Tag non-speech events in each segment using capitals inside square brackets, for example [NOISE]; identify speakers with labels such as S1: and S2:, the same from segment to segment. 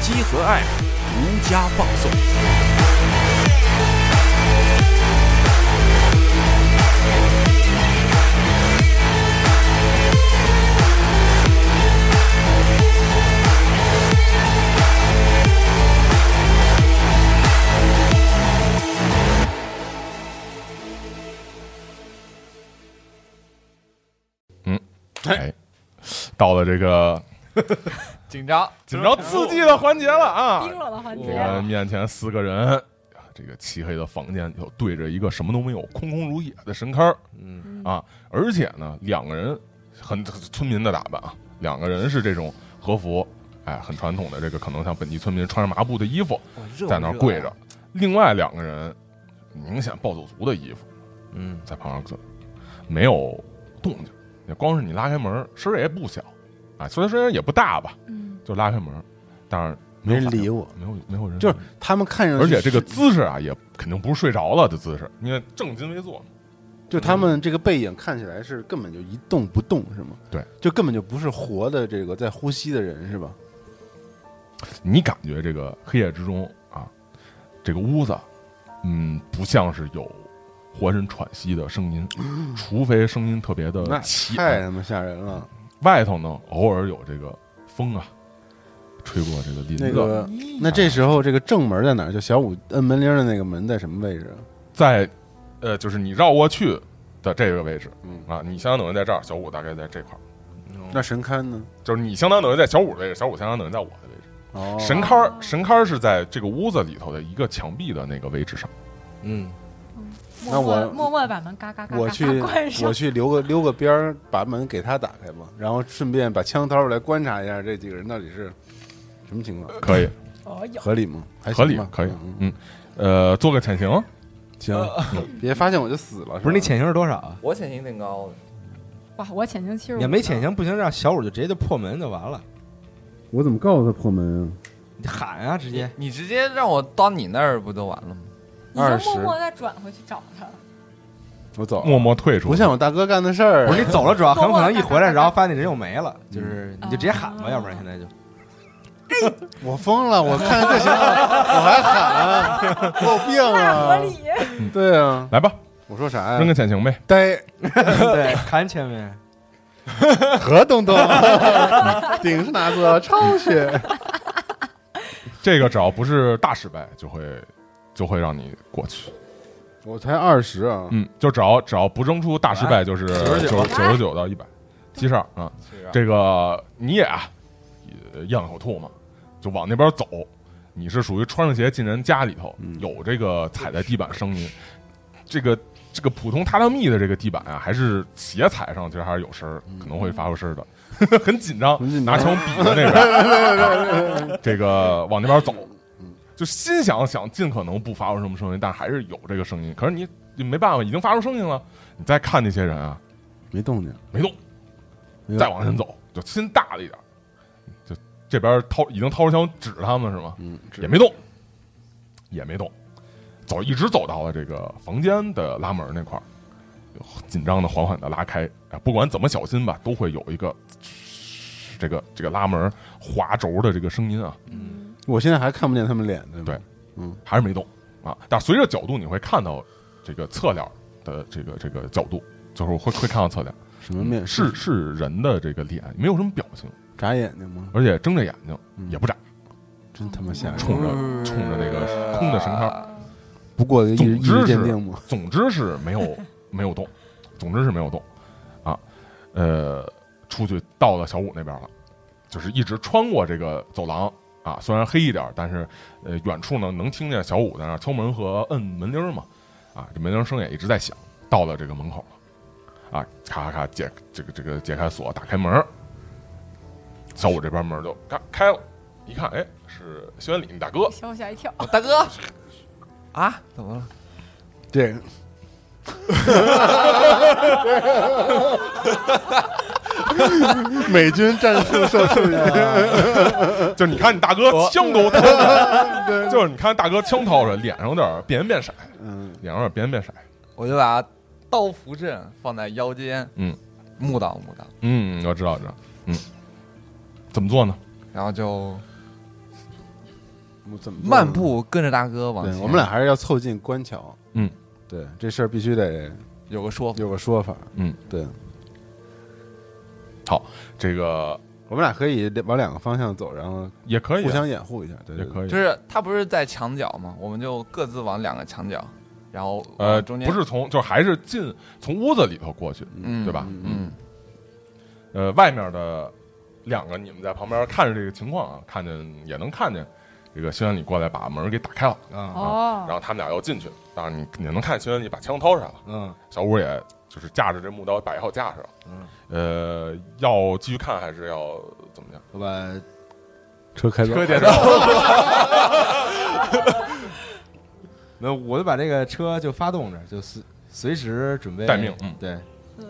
S1: 积禾 App 独家放送。
S2: 哎，到了这个
S3: 紧张，
S2: 紧张刺激的环节了啊！
S4: 冰冷的环
S2: 这
S4: 节，
S2: 个面前四个人，啊这个漆黑的房间就对着一个什么都没有、空空如也的神龛儿
S3: 嗯，
S2: 啊！而且呢，两个人很村民的打扮啊，两个人是这种和服，哎，很传统的这个，可能像本地村民穿着麻布的衣服，
S3: 哇热
S2: 在那儿
S3: 不热
S2: 跪
S3: 啊
S2: 着，；另外两个人明显暴走族的衣服，
S3: 嗯，
S2: 在旁边坐着，没有动静。也光是你拉开门，声儿也不小啊，虽然声音也不大吧，
S4: 嗯，
S2: 就拉开门，但是
S5: 没
S2: 有
S5: 人
S2: 反应
S5: 理我，
S2: 没有没有人，
S5: 就是他们看上去
S2: 而
S5: 是，
S2: 且这个姿势啊，也肯定不是睡着了的姿势，因为正襟危坐。
S5: 就他们这个背影看起来是根本就一动不动，是吗？
S2: 对，
S5: 就根本就不是活的这个在呼吸的人，是吧？
S2: 你感觉这个黑夜之中啊，这个屋子，嗯，不像是有活人喘息的声音，
S5: 嗯
S2: 除非声音特别的
S5: 那
S2: 奇。
S5: 太他妈吓人了。
S2: 外头呢，偶尔有这个风啊，吹过这个林子。
S5: 那个，那这时候这个正门在哪儿？就小五摁门铃儿的那个门在什么位置？啊
S2: 在呃，就是你绕过去的这个位置，
S5: 嗯
S2: 啊，你相当等于在这儿，小五大概在这块儿，
S6: 嗯
S5: 那神龛呢？
S2: 就是你相当等于在小五的位置，小五相当等于在我的位置。
S5: 哦，
S2: 神龛儿，神龛儿是在这个屋子里头的一个墙壁的那个位置上。
S3: 嗯，
S4: 默
S5: 那我
S4: 默默默把门嘎嘎嘎
S5: 我
S4: 嘎
S5: 去
S4: 嘎关，上
S5: 我。去留个溜个边儿，把门给他打开吧，然后顺便把枪掏出来观察一下这几个人到底是什么情况，
S2: 可以，
S4: 哦哟，
S5: 合理吗？还
S2: 合理
S5: 行吧，
S2: 可以
S5: 嗯，
S2: 嗯，呃，做个潜行，
S5: 行，
S2: 嗯
S5: 别发现我就死了，
S6: 不是
S5: 吧
S6: 你潜行是多少啊？
S3: 我潜行挺高的，
S4: 哇，我潜行七十五，
S6: 也没潜行，不行，让小五就直接就破门就完了，
S5: 我怎么告诉他破门啊？
S6: 你喊啊，直接。
S3: 你直接让我到你那儿不就完 [LAUGHS] 了吗？
S4: 你就
S5: 20
S4: 默默再转回去找他。
S5: 我走了，
S2: 默默退出。
S5: 不像我大哥干的事儿
S6: 不。是你走了，主
S4: [LAUGHS]
S6: 要很有可能一回来，
S4: 嗯
S6: 然后发现人又没了，就是你就直接喊吧，要不然现在就
S5: 我疯了，我看这行，我还喊，我有病
S4: 合
S5: 啊！
S4: 理，
S5: 对啊，
S2: 来吧，
S5: 我说啥
S2: 扔
S5: 呀
S2: 个？潜行呗。
S5: 呆，
S4: 嗯
S6: 对，看前面。
S5: 何东东，顶是哪个？超血。
S2: 这个只要不是大失败，就会就会让你过去。
S5: 我才二十啊，
S2: 嗯，就只要只要不扔出大失败，就是
S6: 99
S2: 哎九九十九到一百，七十二啊。这个你也啊也咽了口吐沫，就往那边走。你是属于穿上鞋进人家里头，
S5: 嗯
S2: 有这个踩在地板声音。这个这个普通榻榻米的这个地板啊，还是鞋踩上，其实还是有声儿，可能会发出声儿的， [LAUGHS] 很紧张，
S5: 嗯很紧张
S2: 拿枪比的那种。这个往那边走，就心想想尽可能不发出什么声音，但还是有这个声音。可是你你没办法，已经发出声音了。你再看那些人啊，
S5: 没动静。
S2: 没动，
S5: 没动
S2: 再往前走，就心大了一点儿，就这边掏已经掏出枪指他们是吗？
S5: 嗯，
S2: 也没动，也没动，走一直走到了这个房间的拉门那块儿，紧张的缓缓的拉开，啊不管怎么小心吧，都会有一个这个这个拉门滑轴的这个声音啊，
S5: 我现在还看不见他们脸，对吗？
S2: 对
S5: 嗯，
S2: 还是没动啊。但随着角度，你会看到这个侧脸的这个这个角度，就是会会看到侧脸，
S5: 什么面
S2: 是是人的这个脸，没有什么表情。
S5: 眨眼睛吗？
S2: 而且睁着眼睛
S5: 嗯
S2: 也不眨，
S5: 真他妈吓人！
S2: 冲着冲着那个空的绳套。
S5: 不过一
S2: 总
S5: 一
S2: 之
S5: 日鉴
S2: 是
S5: 定嘛，
S2: 啊总之是没有没有动，总之是没有动，啊，呃，出去到了小五那边了，就是一直穿过这个走廊啊，虽然黑一点，但是呃，远处呢能听见小五在那儿敲门和摁门铃儿嘛，啊，这门铃声也一直在响，到了这个门口了，啊，咔咔咔解这个这个解开锁，打开门儿，小五这边门儿就咔开了，一看，哎，是轩礼你大哥，
S4: 吓我吓一跳。
S3: 大哥，啊，怎么了？
S5: 这个 [LAUGHS] 美军战术受训练，
S2: 就是你看你大哥枪都掏出来，
S3: [LAUGHS]
S2: 就是你看大哥枪掏出来，脸上有点变变色，
S5: [LAUGHS] 嗯，
S2: 脸上有点变变色。
S3: 我就把刀符阵放在腰间，
S2: 嗯，
S3: 木挡木挡，
S2: 嗯，我知道，知道。嗯，怎么做呢？
S3: 然后就
S5: 我怎么做呢
S3: 漫？步跟着大哥往
S5: 对
S3: 前。，
S5: 我们俩还是要凑近观瞧。
S2: 嗯，
S5: 对，这事儿必须得
S3: 有个说法，
S5: 有个说法。
S2: 嗯，
S5: 对，
S2: 这个
S5: 我们俩可以往两个方向走，然后
S2: 也可以
S5: 互
S2: 啊，
S5: 相掩护一下。对，
S2: 也
S5: 对
S2: 可以
S3: 就。是他不是在墙角嘛，我们就各自往两个墙角，然后
S2: 呃，
S3: 往中间
S2: 不是从，就是还是进从屋子里头过去。
S3: 嗯，
S2: 对吧
S3: 嗯，
S2: 呃，外面的两个你们在旁边看着这个情况啊，看见也能看见这个轩辕里过来把门给打开了，
S6: 啊，
S2: 然
S4: 哦，
S2: 后他们俩要进去，当然你你能看轩辕里把枪掏出来了。
S6: 嗯，
S2: 小五也就是架着这木刀摆好架势了。
S6: 嗯，
S2: 呃，要继续看还是要怎么样？
S6: 我把
S5: 车开
S4: [LAUGHS]
S5: 走，
S6: 车点着。那我就把这个车就发动着，就随随时准
S5: 哎
S6: 备
S2: 待命嗯
S6: 对，
S4: 嗯，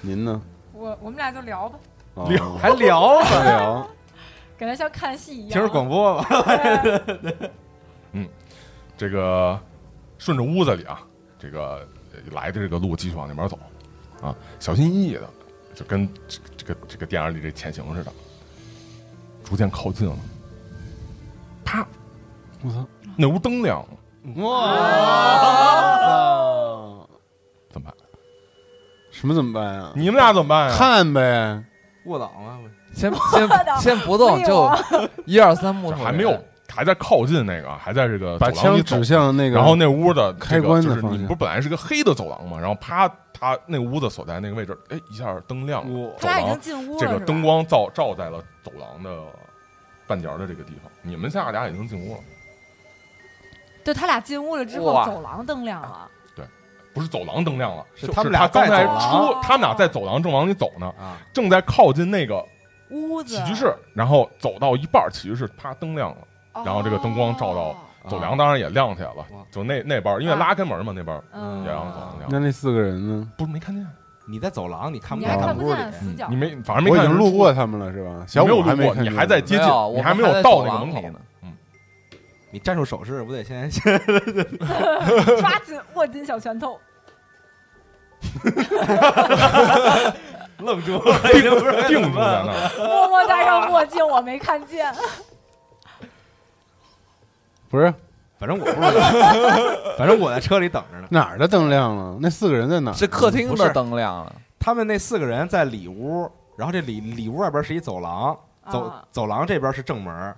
S5: 您呢？
S4: 我我们俩就聊吧，
S5: 哦
S6: 还聊呢，
S5: 聊，
S4: 感觉像看戏一样。
S6: 听着广播吧。
S2: [LAUGHS]
S4: 对
S2: 这个顺着屋子里啊，这个呃来的这个路继续往那边走啊，小心翼翼的，就跟这这个这个电影里这潜行似的，逐渐靠近了。啪！
S5: 我操！
S2: 那屋灯亮了，
S6: 哇！
S2: 怎么办？
S5: 什么怎么办呀？
S2: 你们俩怎么办呀？
S5: 看呗，
S6: 卧倒啊！我
S3: 先先先不动，
S4: 哎呦
S3: 就 [LAUGHS] 一二三木
S2: 这
S3: 头人
S2: 还没有，还在靠近那个，还在这个
S5: 把
S2: 走廊里
S5: 枪
S2: 走
S5: 指向那个，
S2: 然后那屋的这个
S5: 开关的
S2: 就是
S5: 方
S2: 你
S5: 向
S2: 不是本来是个黑的走廊嘛，然后啪，他那屋子所在那个位置，哎，一下灯亮了，
S6: 我
S2: 走
S4: 他俩已
S2: 廊
S4: 经进屋了，
S2: 这
S4: 是
S2: 个
S4: 吧
S2: 灯光照照在了走廊的半截儿的这个地方。你们下俩已经进屋了，
S4: 对他俩进屋了之后，
S3: 哇
S4: 走廊灯亮了。
S2: 不是走廊灯亮了，
S6: 是
S2: 就
S6: 他
S2: 是
S6: 们俩
S2: 刚
S6: 在
S2: 才
S6: 走
S4: 廊
S2: 出，他们俩在走廊正往里走呢，
S6: 啊，
S2: 正在靠近那个
S4: 屋子
S2: 起居室，然后走到一半儿，起居室啪灯亮了，然后这个灯光照到
S4: 哦
S5: 啊
S2: 走廊当然也亮起来了
S6: 哇，
S2: 就那那边儿，因为
S4: 啊
S2: 拉开门嘛，那边儿
S4: 嗯，
S2: 也让走廊亮了，
S5: 那啊那四个人呢？
S2: 不是没看见。啊
S6: 你在走廊，你看不
S4: 你
S6: 到
S4: 还
S6: 他
S4: 看
S6: 们
S4: 不
S6: 屋里
S4: 见死角，
S2: 你没，反正没
S5: 我
S2: 看
S5: 已经
S2: 见
S5: 路
S2: 出
S5: 过他们了，是吧？
S2: 你
S5: 小
S2: 没有
S5: 五还
S2: 路
S5: 没
S2: 过，
S5: 看
S2: 你
S5: 见
S2: 还在接
S3: 没
S2: 近，
S3: 有我
S2: 你还没
S3: 们
S2: 有
S3: 还
S2: 到
S3: 在走
S2: 那个
S3: 廊
S2: 门口
S3: 里
S2: 呢
S3: 呢。
S6: 你战术手势不得先
S4: 抓紧握紧小拳头，
S6: 愣住， [LAUGHS]
S2: 定定住在那儿。啊
S4: 么么戴
S2: [LAUGHS]
S4: 上墨镜，我没看见。
S5: 不是
S6: 反正我不知道，反正我在车里等着呢。
S5: 哪儿的灯亮了？那四个人在哪儿？
S3: 是客厅
S6: 不是
S3: 的灯亮了，
S6: 他们那四个人在里屋，然后这里里屋外边是一走廊，走
S4: 啊
S6: 走廊这边是正门，
S2: 哦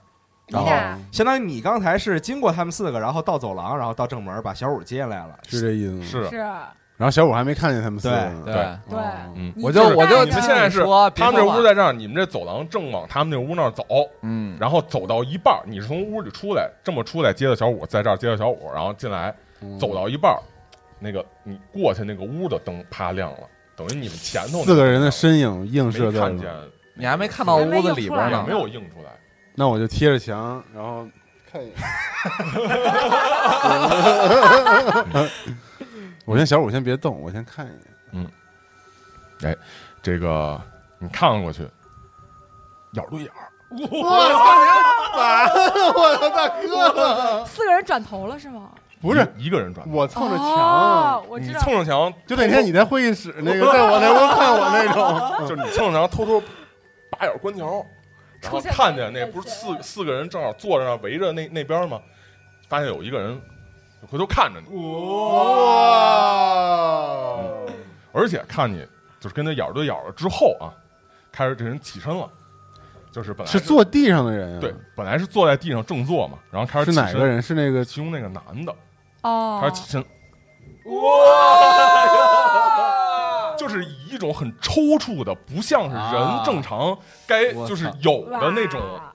S4: 你
S5: 哦
S4: 俩
S6: 相当于你刚才是经过他们四个，然后到走廊，然后到正门把小五接来了。
S5: 是这意思吗？。
S2: 是，
S4: 是
S5: 然后小五还没看见他们四个人呢。
S3: 对，
S4: 对
S5: 哦
S2: 嗯，
S4: 你
S3: 我就
S4: 只
S3: 我就
S4: 带
S2: 你
S4: 着
S2: 们现在是
S3: 说别
S2: 他们这
S3: 说
S2: 屋
S3: 话
S2: 在这儿，你们这走廊正往他们那屋那儿走，
S3: 嗯，
S2: 然后走到一半儿，你是从屋里出来，这么出来接的小五，在这儿接的小五，然后进来，
S5: 嗯
S2: 走到一半儿，那个你过去那个屋的灯啪亮了，等于你们前头那
S5: 四个人的
S2: 灯
S5: 身影映射
S2: 没
S5: 在
S2: 看
S5: 了
S2: 见，
S3: 你还没看到屋子里边
S2: 也
S3: 呢
S2: 没，有映出来。
S5: 那我就贴着墙，然后看
S2: [LAUGHS]
S5: 一眼。我先小五先别动，我先看一眼。
S2: 这个你看过去，眼儿对眼儿，
S5: 我操，大哥！
S4: 四个人转头了是吗？
S5: 不是
S2: 一一个人转头，
S5: 我蹭着
S4: 哦
S5: 墙，，
S4: 我
S2: 你
S4: 知道
S2: 蹭上墙，
S5: 就那天你在会议室那
S2: 哦
S5: 个，在我那屋看我那种。
S2: [LAUGHS] 就是你蹭上墙偷偷拔眼观瞧，然后
S4: 出现在
S2: 看见
S4: 你
S2: 那
S4: 眼
S2: 不是
S4: 前
S2: 四四个人正好坐着那儿围着那那边吗？发现有一个人回头看着你，
S5: 啊哇！
S2: 而且看你就是跟他眼儿对眼儿了之后啊，开始这人起身了，就是本来
S5: 是坐地上的人啊？
S2: 对，，本来是坐在地上正坐嘛，然后开始
S5: 是
S2: 起
S5: 哪
S2: 身
S5: 个？人？是那个
S2: 其中那个男的，
S4: 哦
S2: 他起身，哇， [LAUGHS] 就是以一种很抽搐的，不像是人
S6: 啊
S2: 正常该
S6: 我
S2: 就是
S6: 操
S2: 有的那种
S4: 哇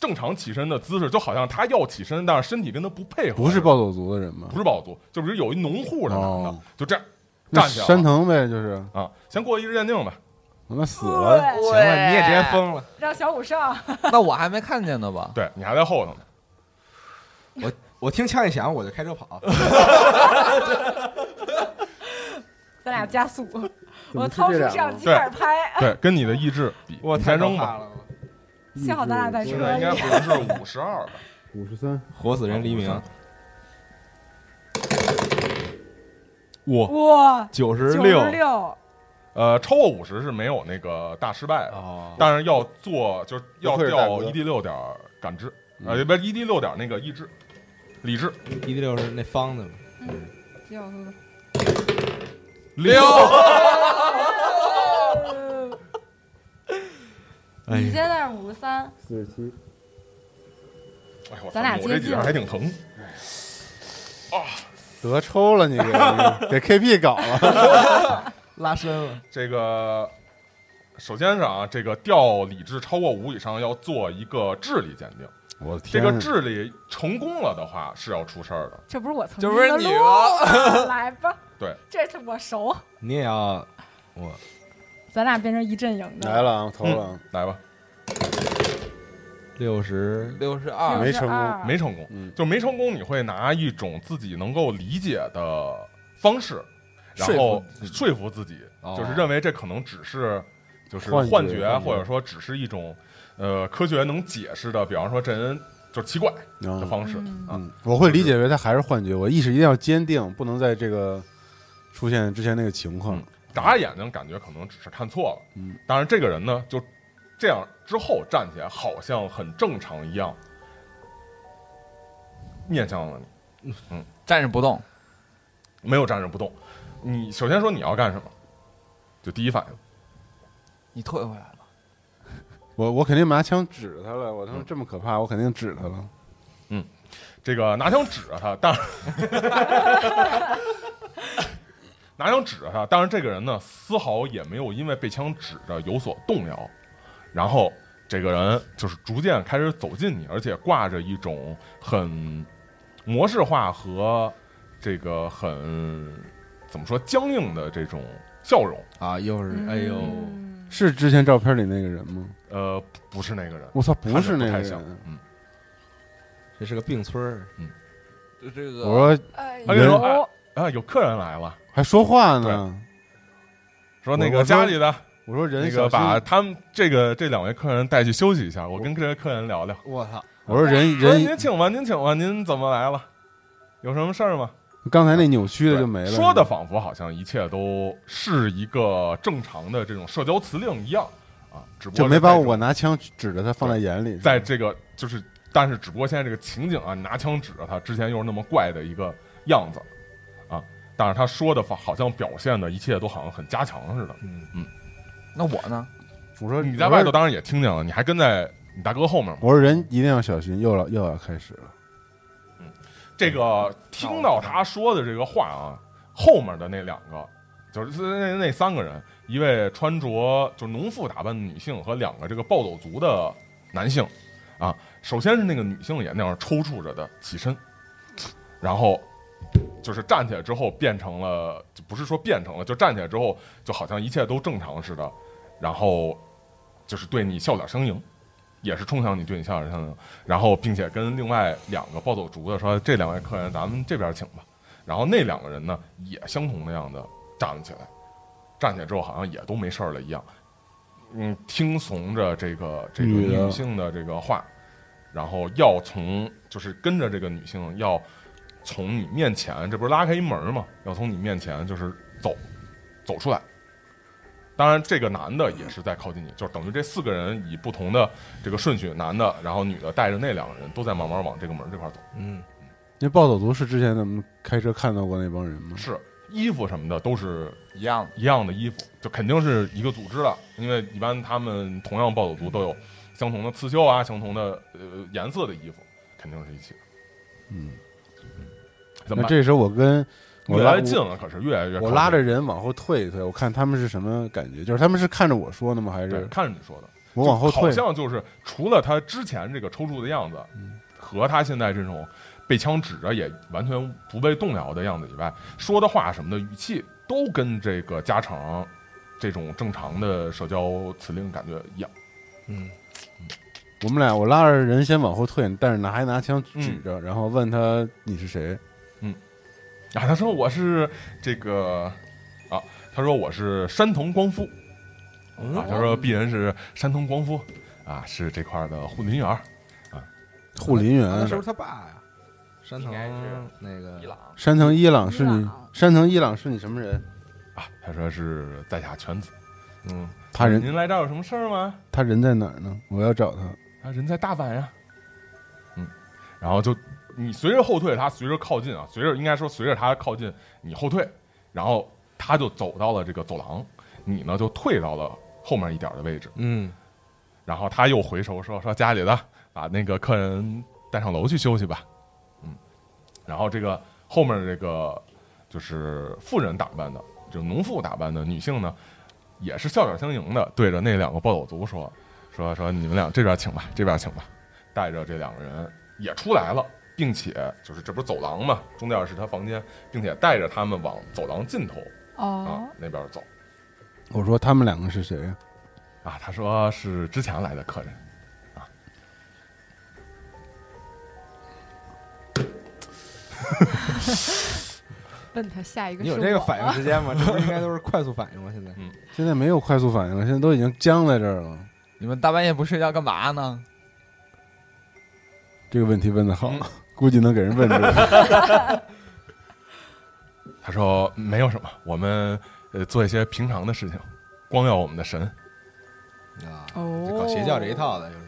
S2: 正常起身的姿势，就好像他要起身，但是身体跟他不配合。
S5: 不是暴走族的人吗
S2: 不？是暴走，就比如有一农户的男的
S5: 哦，
S2: 就这样
S5: 那
S2: 站起来了
S5: 山藤呗，就是
S2: 啊，先过一日鉴定吧。
S5: 那死了。
S4: 对
S6: 行了，你也别疯了，
S4: 让小五上，
S3: [LAUGHS] 那我还没看见呢吧？
S2: 对你还在后头呢，
S6: 我听枪一响我就开车跑，
S4: 咱俩加速，
S7: 怎么
S4: 我
S7: 是
S4: 掏出
S7: 这
S4: 摄
S7: 两
S4: 像机
S2: 对
S4: 开始拍，
S2: 对，跟你的意志比，
S6: [LAUGHS] 我
S2: 你先
S6: 太
S2: 扔
S6: 可
S2: 吧
S6: 怕。了，
S4: 幸好咱俩在
S2: 现
S4: 车
S2: 在应该
S4: 里。
S2: 可能是五十二吧，
S7: 五十三，
S6: 活死人黎明，
S2: 我
S4: 哇，
S6: 九十
S4: 九
S6: 六
S4: 十六，
S2: 呃，超过五十是没有那个大失败的，
S6: 哦，
S2: 但是要做就是要
S5: 不愧是大
S2: 掉
S5: 哥
S2: ED 六点儿感知，
S6: 嗯
S2: 呃，不，ED 六点儿那个意志、理智
S6: 一六是那方的嘛，
S4: 九十
S2: 六。
S4: 六。你现在五十三，
S7: 四十七，
S2: 哎呦，我操
S4: 咱俩
S2: 我这
S4: 接
S2: 几
S4: 近
S2: 张还挺疼。
S5: 得抽了你给 [LAUGHS] 给 KP 搞了，
S6: 拉伸了，
S2: 这个首先是啊，这个掉理智超过五以上要做一个智力鉴定，
S5: 我的
S2: 这
S5: 天！
S2: 个智力成功了的话是要出事儿的。
S4: 这不是我曾
S3: 这
S4: 经
S3: 不是
S4: 的
S3: 你
S4: 路
S3: 吗？
S4: 啊，来吧，
S2: 对，
S4: 这次我熟，
S6: 你也要我
S4: 咱俩变成一阵营
S5: 来
S4: 的，
S5: 了啊，我投了啊，
S2: 来吧，
S6: 六十
S3: 六十二，
S5: 啊没成功
S4: 62
S2: 没成功，
S5: 嗯
S2: 就没成功，你会拿一种自己能够理解的方式，然
S6: 说服
S2: 后说服自己，
S6: 哦
S2: 就是认为这可能只是就是
S5: 幻觉
S2: 幻
S5: 幻觉
S2: 或者说只是一种呃科学能解释的，比方说这人就是奇怪的
S5: 嗯
S2: 方式
S4: 嗯
S2: 啊。
S5: 嗯，我会理解为他还是幻觉，我意识一定要坚定，不能在这个出现之前那个情况
S2: 嗯。眨眼睛感觉可能只是看错了。
S5: 嗯，
S2: 当然这个人呢，就这样之后站起来，好像很正常一样，面向了你，
S3: 站着不动，
S2: 没有站着不动。你首先说你要干什么，就第一反应，
S3: 你退回来了。
S5: 我我肯定拿枪指着他了，我他妈这么可怕，我肯定指他了。
S2: 这个拿枪指着他，但是拿枪指着他，但是这个人呢，丝毫也没有因为被枪指着有所动摇，然后。这个人就是逐渐开始走近你，而且挂着一种很模式化和这个很怎么说僵硬的这种笑容。
S6: 啊，又是哎呦，
S4: 嗯
S5: 是之前照片里那个人吗？
S2: 呃，不不是那个人，
S5: 我操，
S2: 看
S5: 不
S2: 着
S5: 是那个
S2: 太像
S5: 人。。
S2: 嗯，
S6: 这是个病村儿，
S3: 就这个，
S5: 我说
S4: 哎
S2: 他跟你说
S4: 呦，
S2: 啊，有客人来了，
S5: 还说话呢，
S2: 说那
S5: 我
S2: 个
S5: 我说
S2: 家里的
S5: 我说人
S2: 那
S5: 小
S2: 个
S5: 心，
S2: 把他们这个这两位客人带去休息一下，我跟这些客人聊聊。
S6: 我操，
S5: 我
S2: [LAUGHS]
S5: 说人
S2: 说哎
S5: 人
S2: 您请吧，您请吧，您怎么来了？有什么事儿吗？
S5: 刚才那扭曲的就没了。
S2: 对说的仿佛好像一切都是一个正常的这种社交辞令一样啊，只不过
S5: 就没把
S2: 是在这
S5: 我拿枪指着他放在眼里，
S2: 在这个就是，但是只不过现在这个情景啊，你拿枪指着他，之前又是那么怪的一个样子啊，但是他说的仿好像表现的一切都好像很加强似的。
S6: 嗯，
S3: 那我呢？
S5: 我说
S2: 你在外头，当然也听见了，你还跟在你大哥后面嘛。
S5: 我说人一定要小心，又要又要开始了。
S2: 这个听到他说的这个话啊，后面的那两个，就是那那三个人，一位穿着就农妇打扮的女性和两个这个暴走族的男性，啊，首先是那个女性也那样抽搐着的起身，然后就是站起来之后变成了，就不是说变成了，就站起来之后就好像一切都正常似的，然后就是对你笑脸相迎，也是冲向你，对你笑脸相迎。然后并且跟另外两个暴走族的说，这两位客人咱们这边请吧。然后那两个人呢，也相同那样的站了起来，站起来之后好像也都没事儿了一样，嗯，听从着这个这个
S5: 女的
S2: 女性的这个话，然后要从就是跟着这个女性要从你面前，这不是拉开一门嘛，要从你面前就是走走出来。当然，这个男的也是在靠近你，就是等于这四个人以不同的这个顺序，男的，然后女的带着那两个人都在慢慢往这个门这块走，
S6: 嗯，
S5: 那暴走族是之前咱们开车看到过那帮人吗？
S2: 是衣服什么的都是
S3: 一样的，
S2: 一样的衣服，就肯定是一个组织的，因为一般他们同样暴走族都有相同的刺绣啊，相同的呃颜色的衣服，肯定是一起的。
S5: 嗯，
S2: 怎么办
S5: 那这时候我跟我
S2: 越
S5: 拉
S2: 来越近了？可是越来越
S5: 我
S2: 靠
S5: 拉
S2: 近
S5: 着人往后退一退，我看他们是什么感觉，就是他们是看着我说的吗？还
S2: 对
S5: 是
S2: 看着你说的，
S5: 我往后
S2: 就好
S5: 退？
S2: 像就是除了他之前这个抽搐的样子，
S5: 嗯
S2: 和他现在这种被枪指着也完全不被动摇的样子以外，说的话什么的语气都跟这个家常这种正常的社交辞令感觉一样。
S6: 嗯，
S5: 我们俩我拉着人先往后退，但是拿还拿枪
S2: 嗯
S5: 指着，然后问他你是谁？
S2: 啊，他说我是这个啊，他说我是山藤光夫
S5: 哦
S2: 啊，他说鄙人是山藤光夫啊，是这块儿的护林员儿。
S5: 护林
S6: 那
S2: 啊
S5: 员
S6: 是不是他爸呀？山藤
S3: 应该是
S6: 那个
S3: 伊朗
S5: 山藤伊朗是
S4: 伊
S5: 你
S4: 朗？
S5: 山藤伊朗是你什么人？
S2: 啊，他说是在下犬子，嗯，
S5: 他人
S2: 您来这儿有什么事儿吗？
S5: 他人在哪儿呢？我要找他。
S2: 啊，人在大阪呀、嗯，然后就你随着后退，他随着靠近啊，随着应该说随着他靠近，你后退，然后他就走到了这个走廊，你呢就退到了后面一点的位置，
S6: 嗯，
S2: 然后他又回头说说家里的把那个客人带上楼去休息吧，嗯，然后这个后面这个就是富人打扮的，就是农妇打扮的女性呢，也是笑脸相迎的，对着那两个暴走族说说说你们俩这边请吧，这边请吧，带着这两个人也出来了。并且就是这不是走廊嘛，中间是他房间，并且带着他们往走廊尽头啊
S4: 哦，
S2: 那边走
S5: 我说他们两个是谁呀？
S2: 啊。他说是之前来的客人，
S4: 问他下一个
S6: 你
S4: 是
S6: 有
S4: 我吗。
S6: 这个反应时间 [LAUGHS] 吗？这不是应该都是快速反应吗？现在
S5: 现在没有快速反应了，现在都已经僵在这儿了。
S3: 你们大半夜不睡觉干嘛呢？
S5: 这个问题问的好，
S2: 嗯
S5: [LAUGHS] 估计能给人问住。
S2: 他说没有什么，我们呃做一些平常的事情，光耀我们的神。
S6: 啊，
S4: 哦
S6: 就搞邪教这一套的，就是。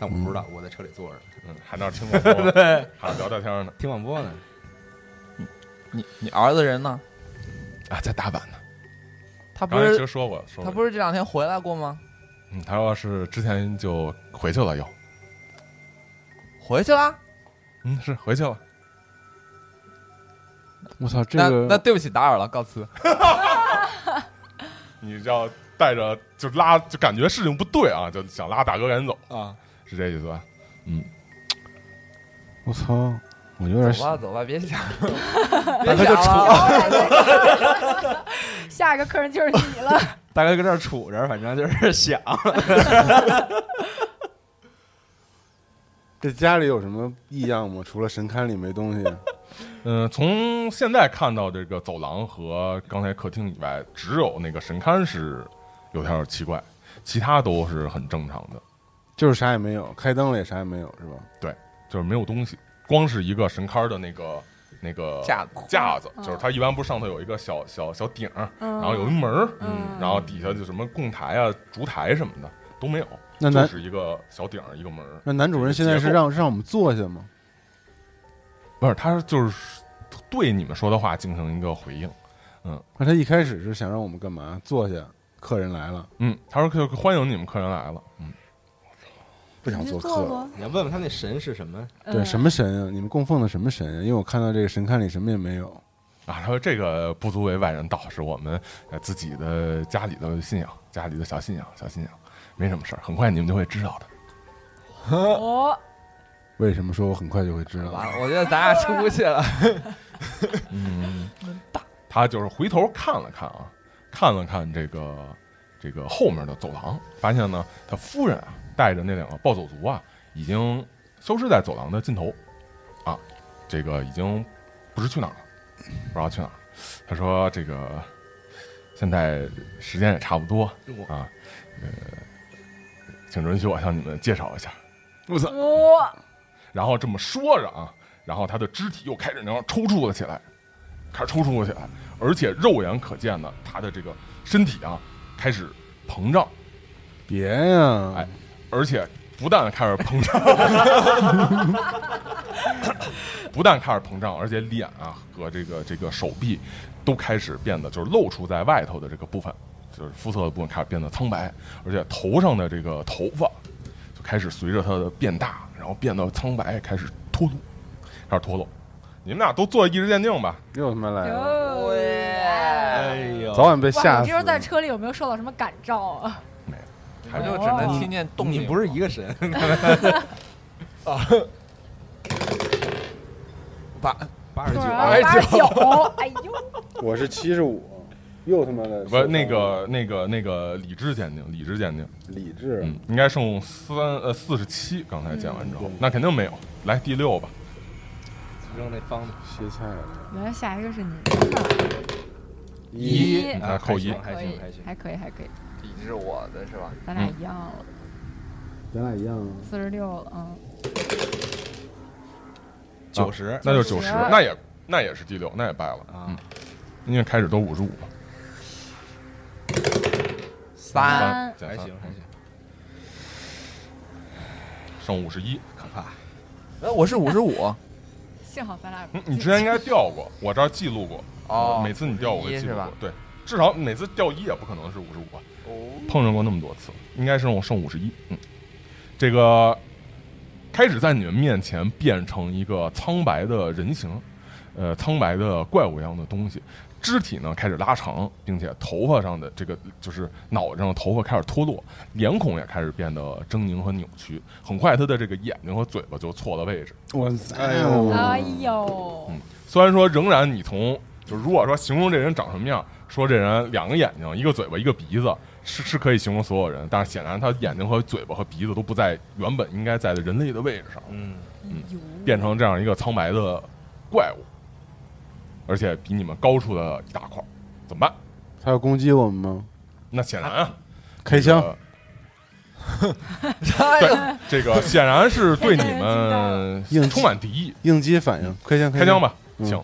S6: 但我不知道，我在车里坐着
S2: 嗯，还那儿听广 [LAUGHS] 播呢，还聊聊天呢
S6: 听广播呢。
S3: 你你儿子人呢？
S2: 啊，在大阪呢。
S3: 他不
S2: 刚才其实
S3: 是
S2: 说过，说
S3: 他
S2: 过，
S3: 不是这两天回来过吗？
S2: 嗯，他说是之前就回去了又，
S3: 回去啦。
S2: 嗯，是回去了。
S5: 我操，这
S3: 那那
S5: 个
S3: 对不起，打扰了，告辞。
S2: 你就要带着就拉，就感觉事情不对啊，就想拉大哥赶紧走
S3: 啊，
S2: 是这意思吧？
S5: 我操，我有点
S3: 走吧走吧，别想， [LAUGHS]
S6: 大
S3: 别
S6: 哥就
S3: 想了。
S4: [LAUGHS] 下一个客人就是你
S5: [LAUGHS]
S4: 了。
S6: 大哥搁这儿杵着，反正就是 [LAUGHS] 想，
S5: 这家里有什么异样吗？除了神龛里没东西， [LAUGHS]
S2: 嗯，从现在看到这个走廊和刚才客厅以外，只有那个神龛是有点儿奇怪，其他都是很正常的。
S5: 就是啥也没有，开灯了也啥也没有，是吧？
S2: 就是没有东西，光是一个神龛的那个那个
S3: 架子
S2: 架子，
S4: 嗯
S2: 就是它一般不是上头有一个小小小顶儿，
S4: 然
S2: 然后有一门儿，
S4: 嗯，
S2: 然后底下就什么供台啊、烛台什么的都没有，
S5: 那
S2: 就
S5: 男
S2: 是一个小顶儿一个门儿。
S5: 那男主人现在是让让我们坐下吗？
S2: 不是，他是就是对你们说的话进行一个回应。
S5: 那他一开始是想让我们干嘛？坐下，客人来了，
S2: 嗯，他说就欢迎你们客人来了。嗯，
S5: 不想
S4: 你就
S5: 做
S4: 坐嗯
S5: 客。
S4: 吧。
S6: 你要问问他那神是什么？
S5: 对，什
S4: 么？
S5: 么神啊？你们供奉的什么神啊？因为我看到这个神龛里什么也没有。
S2: 啊，他说这个不足为外人道，是我们呃自己的家里的信仰，家里的小信仰，小信仰，没什么事儿，很快你们就会知道的。
S4: 哦，
S5: 为什么说我很快就会知道？
S3: 完了，我觉得咱俩出不去 [LAUGHS] 了。
S2: 嗯，他就是回头看了看啊，看了看这个这个后面的走廊，发现呢，他夫人啊带着那两个暴走族啊，已经消失在走廊的尽头，啊，这个已经不知去哪儿了，不知道去哪儿了。他说啊这个现在时间也差不多啊，呃，请允许我向你们介绍一下。
S4: 哦，
S2: 然后这么说着啊，然后他的肢体又开始那样抽搐了起来，开始抽搐了起来，而且肉眼可见的，他的这个身体啊开始膨胀，
S5: 别呀！
S2: 哎而且不但开始膨胀，不但开始膨胀，而且脸啊和这个这个手臂都开始变得就是露出在外头的这个部分就是肤色的部分开始变得苍白，而且头上的这个头发就开始随着它的变大，然后变得苍白，开始脱落，开始脱落。你们俩都做一支鉴定吧，
S5: 又他妈来了，
S4: 哟
S6: 哎呦，
S5: 早晚被
S4: 哇，
S5: 吓
S4: 你
S5: 死
S4: 这。是在车里有没有受到什么感召啊？
S3: 我就哎只能听见动
S6: 你
S3: 静，
S6: 不是一个神，
S3: 八
S6: 八十九，
S4: 八十九，哎呦，
S5: [LAUGHS] 我是七十五，又他妈的
S2: 不，那个那个那个理智鉴定，理智鉴定，
S5: 理智
S2: 嗯，应该剩三呃四十七，刚才鉴完之后
S5: 嗯，
S2: 那肯定没有。来第六吧，
S6: 扔那方子
S5: 歇菜了，
S4: 原来下一个是你，
S5: 一
S4: 一
S2: 啊扣一
S6: 嗯还
S4: 可
S6: 行
S4: 以
S6: 还行，
S4: 还可以，还可以，
S3: 抵制我的是吧？
S4: 咱俩一样了，
S5: 咱俩一样啊。
S4: 四十六了，嗯，
S6: 九十
S2: 那就九十，
S4: 90
S2: 那也那也是第六，那也败了，
S6: 啊
S2: 嗯，因为开始都五十五，
S6: 啊
S3: 三，
S4: 三
S2: 减
S6: 还
S2: 三嗯
S6: 行还行，
S2: 剩五十一。
S6: 可怕。
S3: 呃，我是五十五，
S4: 幸好咱俩
S2: 嗯，你之前应该掉过，我这儿记录过。
S3: 哦
S2: 每次你掉我
S3: 51
S2: 给记录
S3: 是吧
S2: 过，对，至少每次掉一也不可能是五十五，
S3: 哦，
S2: 碰上过那么多次，应该是我剩五十一。嗯，这个开始在你们面前变成一个苍白的人形，呃，苍白的怪物一样的东西，肢体呢开始拉长，并且头发上的这个就是脑袋上的头发开始脱落，脸孔也开始变得狰狞和扭曲。很快，他的这个眼睛和嘴巴就错了位置。
S5: 我操！
S6: 哎呦
S5: 嗯啊
S4: 哎呦，
S2: 虽然说仍然你从就如果说形容这人长什么样，说这人两个眼睛、一个嘴巴、一个鼻子，是是可以形容所有人，但是显然他眼睛和嘴巴和鼻子都不在原本应该在的人类的位置上，
S6: 嗯，
S2: 嗯
S4: 有
S2: 变成这样一个苍白的怪物，而且比你们高出了一大块儿，怎么办？
S5: 他要攻击我们吗？
S2: 那显然啊，
S5: 开枪！
S2: 呃
S5: [LAUGHS]
S2: 对，这个显然是对你们
S5: 应激
S2: 充满敌意，
S5: 应激反应，开枪！
S2: 开枪！吧，
S5: 嗯
S2: 行，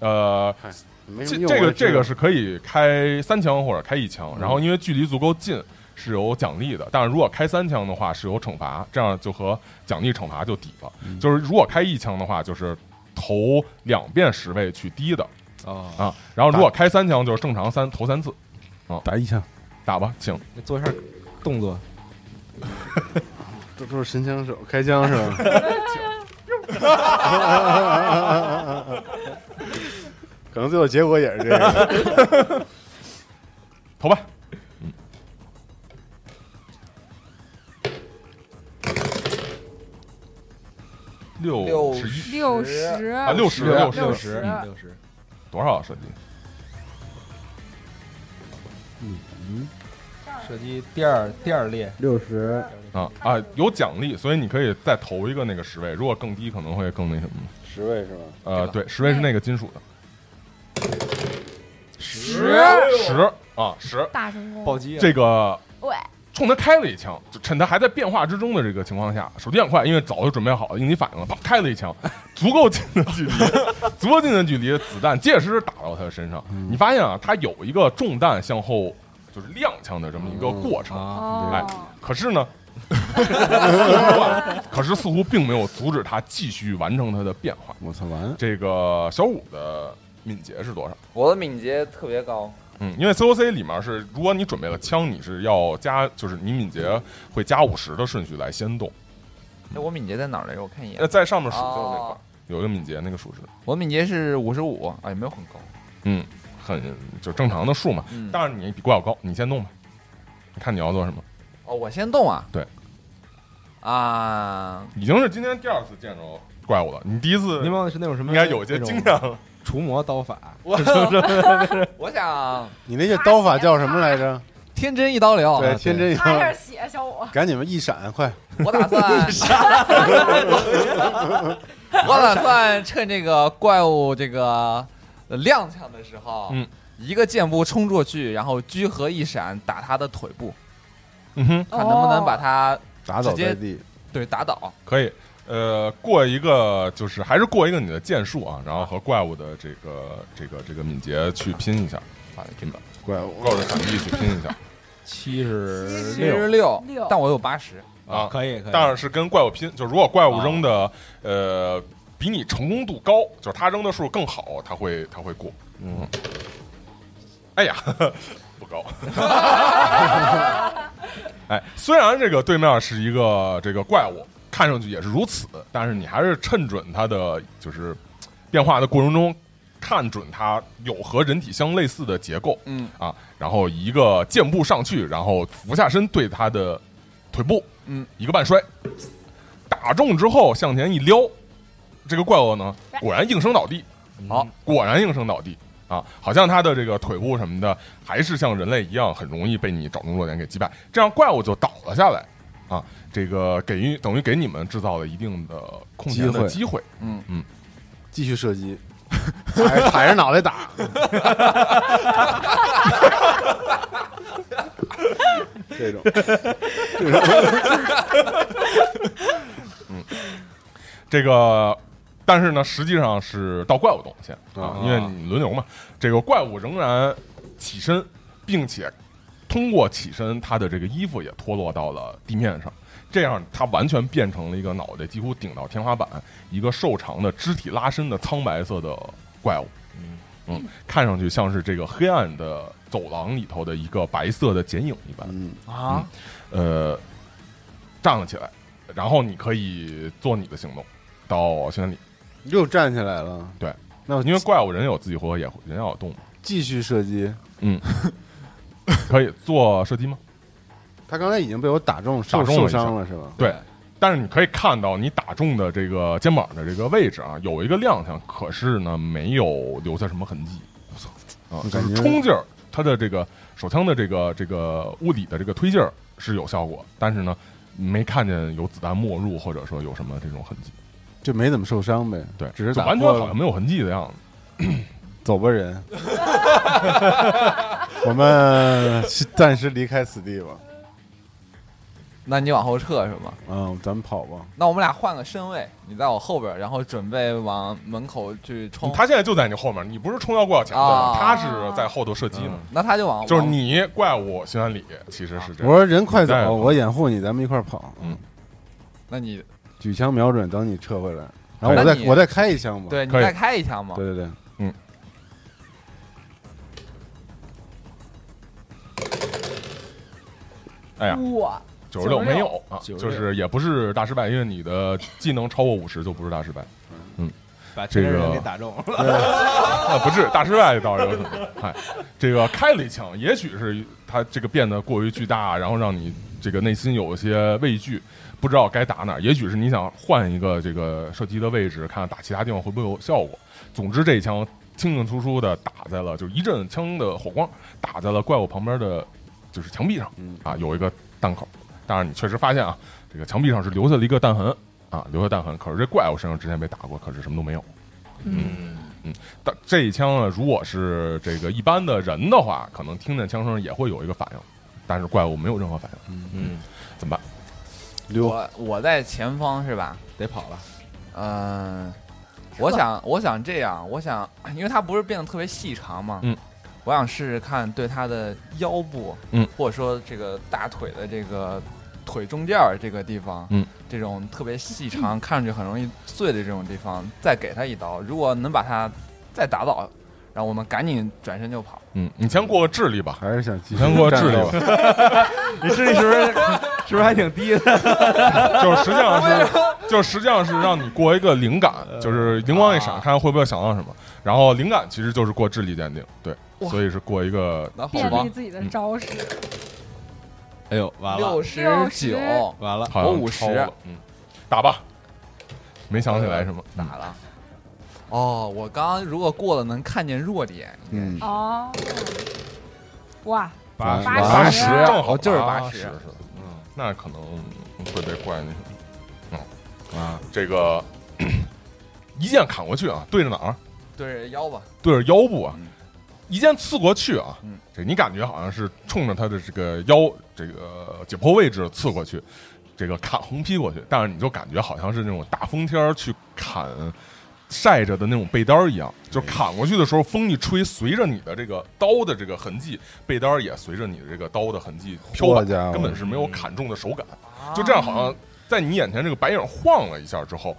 S2: 呃，
S5: 没什
S2: 这
S5: 么用
S2: 这
S5: 我
S2: 个
S5: 也知道嗯
S2: 这个是可以开三枪或者开一枪，然后因为距离足够近是有奖励的，但是如果开三枪的话是有惩罚，这样就和奖励惩罚就抵了。
S5: 嗯
S2: 就是如果开一枪的话，就是投两遍十位去低的
S6: 哦，
S2: 啊，然后如果开三枪就是正常三投三次，
S5: 打一枪，
S2: 打吧，请
S6: 那做一下动作，
S5: 都都是神枪手，开枪是 [LAUGHS] 吧？可能最后结果也是这个。
S2: 投吧。嗯，六十一
S4: 六十
S2: 啊，六十六十
S4: 六
S6: 十
S4: 十
S6: 嗯六十，
S2: 多少啊设计？
S6: 射击第二第二列，
S7: 六十
S2: 啊啊，有奖励，所以你可以再投一个那个十位，如果更低可能会更那什么。
S5: [LAUGHS] 十位是吧？
S2: 呃，
S3: 对
S2: 对，十位是那个金属的，
S4: 十，
S2: 十啊十，
S4: 大成功，
S6: 暴击啊，
S2: 这个
S4: 喂，
S2: 冲他开了一枪，就趁他还在变化之中的这个情况下，手机很快，因为早就准备好了应急反应了，啪开了一枪，足够近的距离， [LAUGHS] 足够近的距离，子弹结实打到他的身上。你发现啊，他有一个中弹向后就是踉跄的这么一个过程，
S6: 啊，
S4: 哦，
S2: 可是呢， [LAUGHS] 可是似乎并没有阻止他继续完成他的变化。
S5: 我操完！
S2: 这个小五的敏捷是多少？
S3: 我的敏捷特别高，
S2: 嗯，因为 COC 里面是，如果你准备了枪，你是要加，就是你敏捷会加五十的顺序来先动。
S3: 哎，我敏捷在哪儿来着？我看一
S2: 呃，
S3: 眼，
S2: 在上面数字那块儿、
S3: 哦，
S2: 有一个敏捷那个数值，
S3: 我敏捷是五十五，啊，也没有很高，
S2: 嗯，很就正常的数嘛。
S3: 嗯，
S2: 当然你比怪我高，你先动吧。你看你要做什么？
S3: 哦，我先动啊，
S2: 对，
S3: 啊，
S2: 已经是今天第二次见着怪物了，你第一次
S6: 您忘的是那种什么？
S2: 应该有一些经验了。
S6: 除魔刀法，
S3: 我我想
S5: 你那些刀法叫什么来着？
S3: 天真一刀流，
S5: 啊对，
S4: [LAUGHS]
S5: 天真一
S4: 擦一下
S5: 刀，
S4: 血，小五，
S5: 赶紧吧，一闪，快！
S3: 我打算， [LAUGHS] 我打算趁这个怪物这个呃踉跄的时候，
S2: 嗯，
S3: 一个箭步冲过去，然后居合一闪打他的腿部，
S2: 嗯哼，
S3: 看能不能把
S4: 哦
S3: 他
S5: 打倒在地，
S3: 对打倒。
S2: 可以。呃，过一个就是还是过一个你的剑术啊，然后和怪物的这个这个这个敏捷去拼一下，
S3: 啊，这个
S5: 怪物
S2: 怪物的闪避去拼一下。
S6: 七十
S3: 七十六
S4: 六，
S3: 但我有八十，
S2: 啊
S6: 可以可啊以，
S2: 当然是跟怪物拼，就如果怪物扔的、呃比你成功度高，就是他扔的数更好，他会他会过。嗯，哎呀， [LAUGHS] 不高。 [LAUGHS] 哎，虽然这个对面是一个这个怪物，看上去也是如此，但是你还是趁准它的就是变化的过程中，看准它有和人体相类似的结构
S3: 嗯
S2: 啊，然后一个箭步上去，然后俯下身对它的腿部，
S3: 嗯，
S2: 一个半摔，打中之后向前一撩，这个怪物呢果然应声倒地，
S3: 好，
S2: 果然应声倒地啊！好像它的这个腿部什么的，还是像人类一样，很容易被你找中弱点给击败。这样怪物就倒了下来啊！这个给予等于给你们制造了一定的空闲的机会。
S5: 继续射 [LAUGHS] 击，踩踩着脑袋打，这种，这种
S2: 这个，但是呢，实际上是到怪物动线啊
S5: 啊，
S2: 因为你轮流嘛。这个怪物仍然起身，并且通过起身，它的这个衣服也脱落到了地面上。这样，它完全变成了一个脑袋几乎顶到天花板，一个瘦长的肢体拉伸的苍白色的怪物。嗯看上去像是这个黑暗的走廊里头的一个白色的剪影一般。
S5: 嗯，
S3: 啊，
S2: 呃，站了起来，然后你可以做你的行动，到宣里，
S5: [LAUGHS] 又站起来了。
S2: 对，
S5: 那我
S2: 啊因为怪物人有自己活，也人要有动物，
S5: 继续射击，
S2: 可以做射击吗？
S5: 他刚才已经被我打中，
S2: 打
S5: 受
S2: 中了
S5: 受
S2: 一下
S5: 伤了是吧？
S2: 对，但是你可以看到你打中的这个肩膀的这个位置啊，有一个踉跄，可是呢没有留下什么痕迹，啊，
S5: 我
S2: 就
S5: 感
S2: 是
S5: 觉
S2: 冲劲儿，它的这个手枪的这个这个物理的这个推劲儿是有效果，但是呢没看见有子弹没入或者说有什么这种痕迹，
S5: 就没怎么受伤呗，
S2: 对，
S5: 只是
S2: 就
S5: 打
S2: 完全
S5: 破
S2: 好像没有痕迹的样子。
S5: 走吧人，我们暂时离开此地吧。
S3: 那你往后撤是吗？
S5: 嗯，咱们跑吧。
S3: 那我们俩换个身位，你在我后边儿，然后准备往门口去
S5: 哦
S3: 冲。
S2: 他现在就在你后面，你不是冲到怪物前头吗？
S3: 啊
S2: 他是在后头射击呢。
S5: 嗯
S3: 那他就往
S2: 就是你怪物心安理其实是这
S5: 我
S2: 样。
S5: 说人快
S2: 你带
S5: 走，
S2: 着
S5: 我掩护你，咱们一块儿跑。
S2: 嗯
S3: 那你
S5: 举枪瞄准，等你撤回来，然后我
S3: 那
S5: 再
S3: 你
S5: 我再开一枪吧。
S3: 对你
S2: 可以
S3: 再开一枪嘛？
S5: 对对对，
S2: 嗯，哎呀，
S4: 我
S2: 九十六
S4: 96
S2: 没有啊，
S6: 96
S2: 就是也不是大失败，因为你的技能超过五十就不是大失败，
S6: 把
S2: 这
S6: 这
S2: 个
S6: 个人给打中了。
S2: 啊，不是大失败倒是有可能。哎，这个开了一枪，也许是他这个变得过于巨大，啊然后让你这个内心有一些畏惧，不知道该打哪儿。也许是你想换一个这个射击的位置，看看打其他地方会不会有效果。总之，这一枪清清楚楚的打在了，就是一阵枪的火光打在了怪物旁边的，就是墙壁上
S5: 嗯
S2: 啊，有一个弹口。但是你确实发现啊，这个墙壁上是留下了一个弹痕啊，留下弹痕。可是这怪物身上之前被打过，可是什么都没有。
S4: 嗯
S2: 但这一枪呢，如果是这个一般的人的话，可能听见枪声也会有一个反应，但是怪物没有任何反应，
S6: 嗯，
S2: 怎么办？
S5: 溜
S3: 我我在前方是吧？
S6: 得跑了。
S3: 嗯、我想我想这样，我想，因为它不是变得特别细长嘛，
S2: 嗯，
S3: 我想试试看对它的腰部，
S2: 嗯，
S3: 或者说这个大腿的这个腿中间儿这个地方，
S2: 嗯，
S3: 这种特别细长，看上去很容易碎的这种地方，再给它一刀，如果能把它再打倒，然后我们赶紧转身就跑。
S2: 嗯，你先过个智力吧，
S5: 还是想继
S2: 你
S5: 续
S2: 先过个智
S5: 战斗
S2: 力
S6: [LAUGHS] 你智力是不是是不是还挺低的？
S2: 吧，就是实际上是，就是实际上是让你过一个灵感，就是灵光一闪，
S3: 啊
S2: 看看会不会想到什么。然后灵感其实就是过智力鉴定，对，
S3: 哇
S2: 所以是过一个
S3: 那好
S4: 便
S3: 吧
S4: 利，自己的招式，
S6: 哎呦，完了，
S3: 六十
S4: 69
S3: 九
S6: 完了，
S2: 好像
S3: 我
S2: 超
S3: 50
S2: 了，嗯，打吧，没想起来什么，
S3: 呃打了。哦，我刚刚如果过了能看见弱点，
S5: 嗯，
S4: 哦，哇，
S6: 八
S5: 十
S4: 八十
S2: 啊正好
S3: 就是
S2: 八
S3: 八
S2: 十
S3: 十，
S2: 是嗯，那可能会被怪那什么。嗯
S6: 啊，
S2: 这个 [COUGHS] 一剑砍过去啊，对着哪儿？
S3: 对着腰吧。
S2: 对着腰部啊
S3: 嗯，
S2: 一剑刺过去啊
S3: 嗯，
S2: 这你感觉好像是冲着他的这个腰这个解剖位置刺过去，这个砍横劈过去，但是你就感觉好像是那种大风天儿去砍晒着的那种被单儿一样，就是砍过去的时候风一吹，随着你的这个刀的这个痕迹，被单儿也随着你的这个刀的痕迹飘
S5: 好
S2: 摆，
S5: 家伙
S2: 根本是没有砍中的手感。就
S3: 啊
S2: 这样，好像在你眼前这个白影晃了一下之后，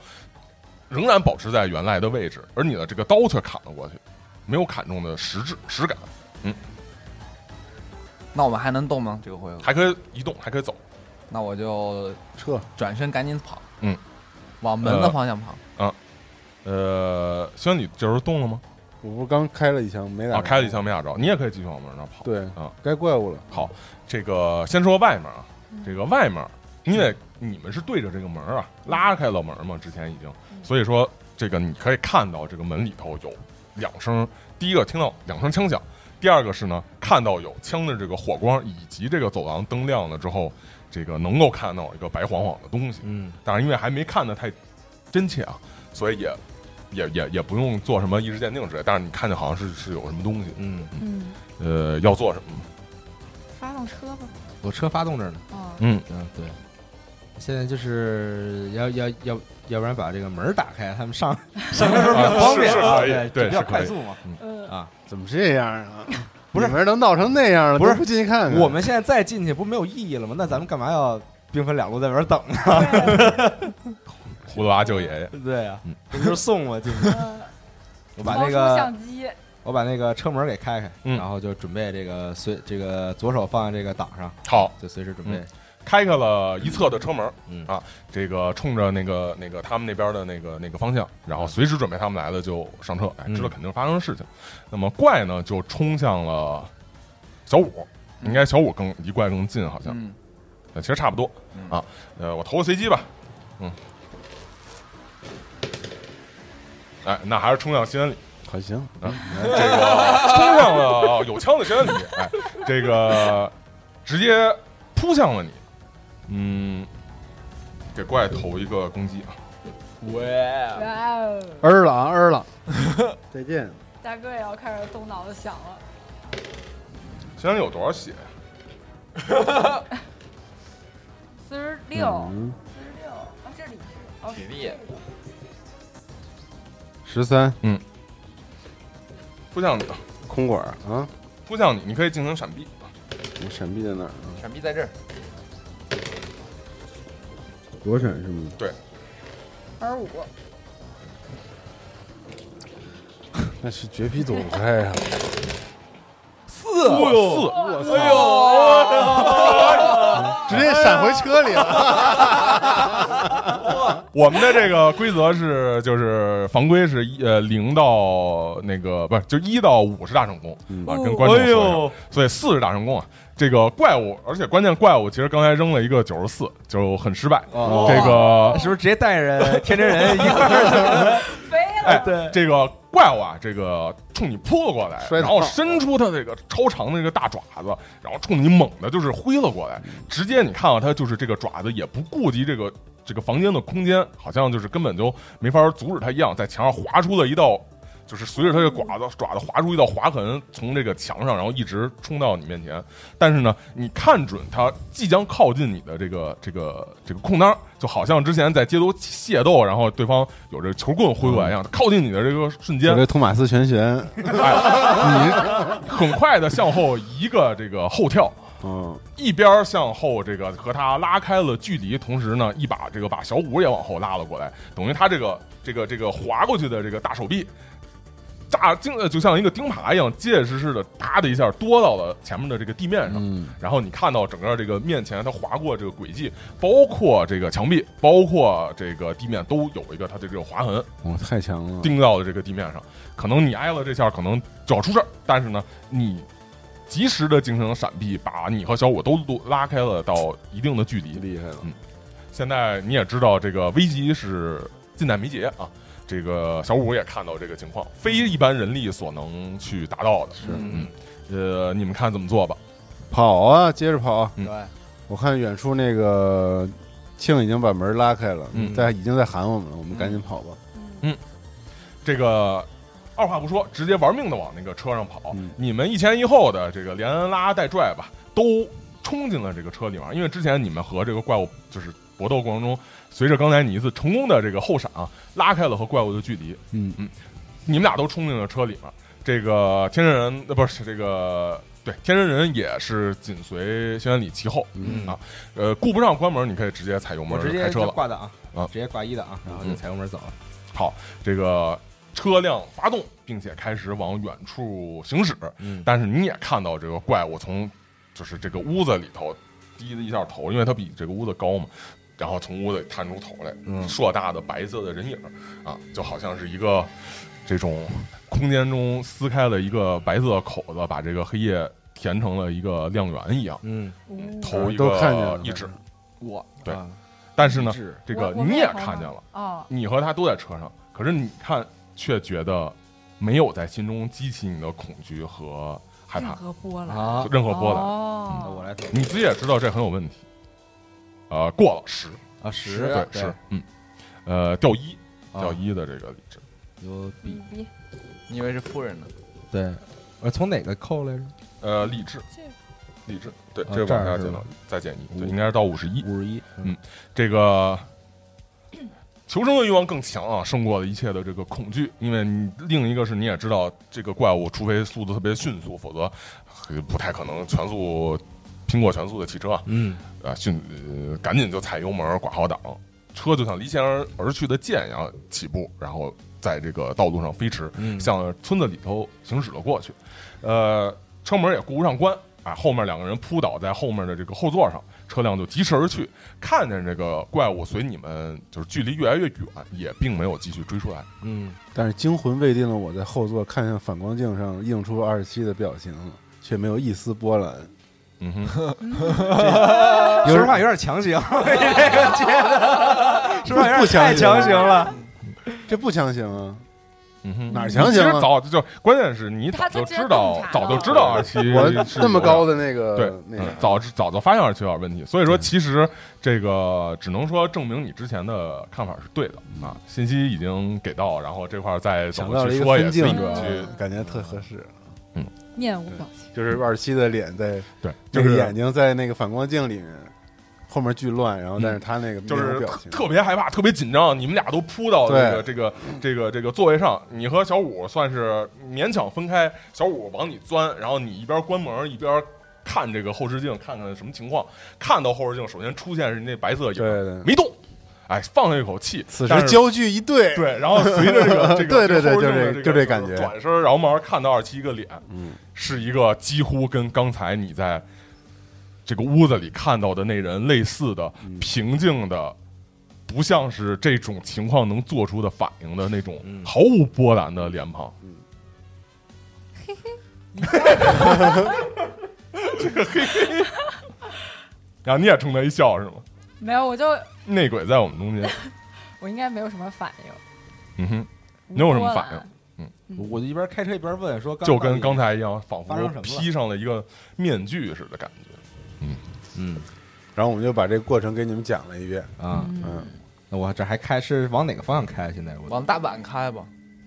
S2: 仍然保持在原来的位置，而你的这个刀却砍了过去，没有砍中的实质实感。嗯，
S3: 那我们还能动吗？这个回合？
S2: 还可以移动，还可以走。
S3: 那我就
S5: 撤，
S3: 转身赶紧跑，
S2: 嗯，
S3: 往门的
S2: 呃
S3: 方向跑。
S2: 呃，轩，你这时候动了吗？
S5: 我不是刚开了一枪没
S2: 啊，
S5: 打着，
S2: 开了一枪没打着，你也可以继续往门那儿跑。
S5: 对
S2: 啊，
S5: 该怪物了，
S2: 好，这个先说外面啊，这个外面，因为你们是对着这个门啊，拉开了门嘛，之前已经，嗯所以说这个你可以看到这个门里头有两声，第一个听到两声枪响，第二个是呢看到有枪的这个火光，以及这个走廊灯亮了之后，这个能够看到一个白晃晃的东西，
S6: 嗯，
S2: 但是因为还没看得太真切啊，所以也。也也也不用做什么意识鉴定之类，但是你看见好像是是有什么东西，
S6: 嗯，
S4: 嗯，
S2: 呃，要做什么？
S4: 发动车吧。
S6: 我车发动着呢。
S4: 哦，
S2: 嗯，
S6: 嗯，对。现在就是要要要，要不然把这个门儿打开，他们 [LAUGHS] 上上车时候比较方便啊，
S2: 是是可以
S6: 对，
S2: 对
S6: 比较
S2: 是可以
S6: 快速嘛。
S4: 呃，
S6: 啊，
S5: 怎么这样啊？
S6: 不是
S5: 里面都闹成那样了，
S6: 不是
S5: 都不进去看看？
S6: 我们现在再进去不没有意义了吗？那咱们干嘛要兵分两路在外边等啊呢？
S2: 葫芦娃救爷爷，
S6: 对啊
S2: 嗯，
S6: 不就是送吗？进去，
S4: 呃
S6: 我把那
S4: 掏出
S6: 个
S4: 相机，
S6: 我把那个车门给开开，
S2: 嗯
S6: 然后就准备这个随这个左手放在这个挡上，
S2: 好，
S6: 就随时准备。
S2: 开开了一侧的车门，
S6: 嗯
S2: 啊，这个冲着那个那个他们那边的那个那个方向，然后随时准备他们来了就上车，哎，
S6: 嗯
S2: 知道肯定发生事情。那么怪呢就冲向了小五，
S3: 嗯
S2: 应该小五更离怪更近，好像、
S3: 嗯，
S2: 呃其实差不多
S3: 嗯
S2: 啊。呃，我投个随机吧，嗯，哎，那还是冲向新安里。
S5: 还行，
S2: 这个冲向了有枪的身体，哎，这个直接扑向了你。嗯，给怪投一个攻击啊！
S3: 喂，
S4: 哇哦，
S5: 儿了啊儿了， [LAUGHS] 再见。
S4: 大哥也要开始动脑子想了。
S2: 身上有多少血呀？
S4: 四十六，
S5: 嗯，
S4: 四十六，啊，这里是哦
S3: 体力
S5: 十三
S2: 扑向你啊，
S5: 空管儿啊，
S2: 扑向你，你可以进行闪避。
S5: 我闪避在哪儿啊？
S3: 闪避在这儿，
S5: 躲闪是吗？
S4: 二十五，
S5: 那是绝皮啊躲不开 [LAUGHS] 呀、
S3: 四
S2: 四，
S5: 哎呦，直接闪回车里了。
S2: 我们的这个规则是，就是防规是一呃零到那个不是，就一到五是大成功、
S5: 嗯
S2: 啊，跟观众说一下，，所以四是大成功啊。这个怪物，而且关键怪物其实刚才扔了一个九十四，就很失败。
S6: 哦
S2: 这个
S6: 是不是直接带着天真人一块儿
S4: 飞
S2: 哎
S4: 了，，
S6: 对
S2: 这个怪物啊，这个冲你扑了过来，
S5: 摔
S2: 然
S5: 倒
S2: 后伸出它这个超长的这个大爪子，然后冲你猛的就是挥了过来，直接你看到它就是这个爪子也不顾及这个这个房间的空间，好像就是根本就没法阻止它一样，在墙上划出了一道。就是随着它这爪子爪子划出一道划痕，从这个墙上，然后一直冲到你面前。但是呢，你看准它即将靠近你的这个这个这个空当，就好像之前在街头械斗，然后对方有这个球棍挥过来一样，靠近你的这个瞬间
S5: [LAUGHS] 我，这托马斯全 [LAUGHS] 旋，哎
S2: 很快的向后一个这个后跳，
S5: [LAUGHS] 嗯，
S2: 一边儿向后这个和他拉开了距离，同时呢，一把这个把小五也往后拉了过来，等于他这个这个这个划过去的这个大手臂，大钉呃就像一个钉耙一样，结结实实的啪的一下多到了前面的这个地面上。
S5: 嗯
S2: 然后你看到整个这个面前它划过这个轨迹，包括这个墙壁，包括这个地面都有一个它的这个划痕。
S5: 我太强了，
S2: 钉到了这个地面上。可能你挨了这下，可能就要出事儿。但是呢，你及时的进行闪避，把你和小五都拉开了到一定的距离。
S5: 厉害了，
S2: 现在你也知道这个危机是近在眉睫啊。这个小五也看到这个情况，非一般人力所能去达到的。
S5: 是
S2: 嗯，呃，你们看怎么做吧。
S5: 跑啊，接着跑。
S2: 嗯
S3: 对，
S5: 我看远处那个庆已经把门拉开了，
S2: 嗯
S5: 在已经在喊我们了，我们赶紧跑吧。
S4: 嗯，
S2: 这个二话不说，直接玩命的往那个车上跑。
S5: 嗯
S2: 你们一前一后的这个连拉带拽吧，都冲进了这个车里面。因为之前你们和这个怪物就是搏斗过程中，随着刚才你一次成功的这个后闪啊，拉开了和怪物的距离。
S5: 嗯
S2: 嗯，你们俩都冲进了车里面。这个天真人呃不是这个对天真人也是紧随轩辕里其后。
S5: 嗯
S2: 啊呃，顾不上关门，你可以直接踩油
S6: 我
S2: 门
S6: 直接
S2: 开车
S6: 就
S2: 了。
S6: 挂档
S2: 啊，
S6: 直接挂一档，然后就踩油门走了。
S2: 这个车辆发动，并且开始往远处行驶。
S6: 嗯，
S2: 但是你也看到这个怪物从就是这个屋子里头低了一下头，因为它比这个屋子高嘛，然后从屋子里探出头来，
S6: 嗯
S2: 硕大的白色的人影儿啊，就好像是一个这种空间中撕开了一个白色的口子，把这个黑夜填成了一个亮圆一样。
S6: 嗯，
S2: 哎头一个
S5: 都看见了，
S2: 一指，
S3: 我
S2: 对
S6: 啊
S2: 但是呢
S6: 一指，
S2: 这个
S4: 我
S2: 你
S4: 我没
S2: 也
S4: 头
S2: 看
S4: 吗
S2: 见了，
S4: 哦，
S2: 你和他都在车上，可是你看却觉得没有在心中激起你的恐惧和害
S4: 任
S2: 怕，
S4: 何波澜，
S6: 啊，
S2: 任何波澜。
S6: 嗯那我
S4: 哦，
S6: 来走
S2: 你自己也知道这很有问题。呃，过了十，
S6: 啊，十
S2: 对是，嗯，呃，掉一，掉
S6: 啊，
S2: 一的这个理智，
S6: 牛逼，
S4: 逼，
S3: 你以为是夫人呢？
S6: 对，我嗯呃从哪个扣来着？
S2: 呃，理智
S4: 这，
S2: 理智，对，
S6: 啊
S2: 这
S6: 这
S2: 往
S6: 儿
S2: 下
S6: 是
S2: 减
S6: 吧
S2: 到再减一，对，
S6: 五
S2: 应该是到五十一。
S6: 五十一，
S2: 嗯这个求生的欲望更强啊，胜过了一切的这个恐惧。因为你另一个是你也知道，这个怪物除非速度特别迅速，否则呃不太可能全速拼过全速的汽车啊，
S6: 嗯，
S2: 啊迅呃赶紧就踩油门挂好档，车就像离弦而而去的箭一样起步，然后在这个道路上飞驰，
S6: 嗯
S2: 向村子里头行驶了过去。呃，车门也顾不上关啊，后面两个人扑倒在后面的这个后座上，车辆就疾驰而去。看见这个怪物随你们就是距离越来越远，也并没有继续追出来。
S6: 嗯，
S5: 但是惊魂未定的我在后座看向反光镜上映出二十七的表情，却没有一丝波澜。
S2: 嗯
S5: [LAUGHS]
S2: 哼，
S6: 说实话有点强行， [LAUGHS] 这个觉得，说实话有
S5: 不
S6: 点太
S5: 强行
S6: 强行了，
S5: 这不强行啊！
S2: 嗯哼，
S5: 哪儿强
S2: 其
S5: 行
S2: 实
S5: 啊
S2: 早就就关键是你早
S4: 他他
S2: 就
S4: 直接
S2: 知道
S4: 洞，察
S2: 早
S4: 了
S2: 就知道二七
S5: 我
S2: 是
S5: 那
S2: 有
S5: 么
S2: 点
S5: 高的那个，
S2: 对，
S5: 呃那
S2: 嗯
S5: 个、
S2: 早知早就发现了就有点问题，所以说其实这个只能说证明你之前的看法是对的啊，信息已经给到，然后这块儿再怎
S5: 想
S2: 么
S5: 到了
S2: 去
S5: 一个
S2: 说也
S5: 分
S2: 自
S5: 镜啊
S2: 己
S4: 主要
S2: 去
S4: 是
S5: 感觉特合适。
S4: 面无表情，
S5: 就是二十七的脸在
S2: 对，就
S5: 那个
S2: 是
S5: 眼睛在那个反光镜里面，后面巨乱，然后但是他那个
S2: 嗯就
S5: 面
S2: 是
S5: 无表
S2: 特
S5: 情
S2: 特别害怕，特别紧张，你们俩都扑到这个
S5: 对
S2: 这个这个这个座位上，你和小五算是勉强分开，小五往你钻，然后你一边关门一边看这个后视镜，看看什么情况。看到后视镜，首先出现是那白色影儿，
S5: 对对
S2: 没动，哎，放下一口气。
S5: 此
S2: 但
S5: 时
S2: 是
S5: 焦距一
S2: [LAUGHS]
S5: 对，
S2: 对，然后随着这
S5: [LAUGHS]
S2: 个这个
S5: 对对对
S2: 后视镜的
S5: 就这
S2: 个
S5: 就这感觉
S2: 转身，然后慢慢看到二七一个脸，
S5: 嗯，
S2: 是一个几乎跟刚才你在这个屋子里看到的那人类似的、
S5: 嗯
S2: 平静的，不像是这种情况能做出的反应的那种
S6: 嗯
S2: 毫无波澜的脸庞。 [LAUGHS]
S5: 嗯
S2: 这个嘿嘿，然后啊你也冲他一笑是吗？
S4: 没有，我就
S2: 内鬼在我们中间，
S4: 我应该没有什么反应。
S2: 嗯哼。
S4: 无
S2: 你有什么
S4: 波
S2: 反
S4: 澜
S2: 应？
S6: 我就一边开车一边问说，
S2: 就跟
S6: 到
S2: 刚
S6: 底，
S2: 才一样，仿
S6: 发生
S2: 佛
S6: 什么了
S2: 披上了一个面具似的感觉。
S6: 嗯
S5: 然后我们就把这个过程给你们讲了一遍。
S6: 啊，
S5: 嗯，
S6: 那我这还开是往哪个方向开？啊现在我
S3: 往大阪开吧，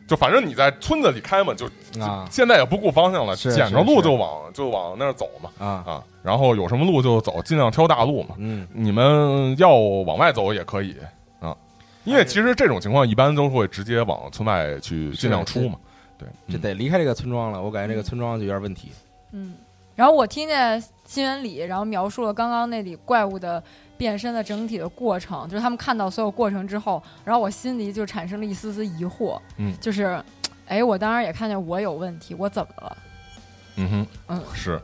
S2: 就反正你在村子里开嘛，就
S6: 啊
S2: 现在也不顾方向了，
S6: 是
S2: 捡
S6: 是
S2: 着路
S6: 是
S2: 就往就往那儿走嘛
S6: 啊，
S2: 啊，然后有什么路就走，尽量挑大路嘛。
S6: 嗯
S2: 你们要往外走也可以啊，因为其实这种情况一般都会直接往村外去，
S6: 是
S2: 尽量出嘛。对，
S6: 这
S2: 嗯
S6: 得离开这个村庄了，我感觉这个村庄就有点问题。
S4: 嗯，然后我听见新闻里，然后描述了刚刚那里怪物的变身的整体的过程，就是他们看到所有过程之后，然后我心里就产生了一丝丝疑惑，
S2: 嗯
S4: 就是，哎，我当然也看见我有问题，我怎么了？
S2: 嗯
S4: 嗯
S2: 哼，是，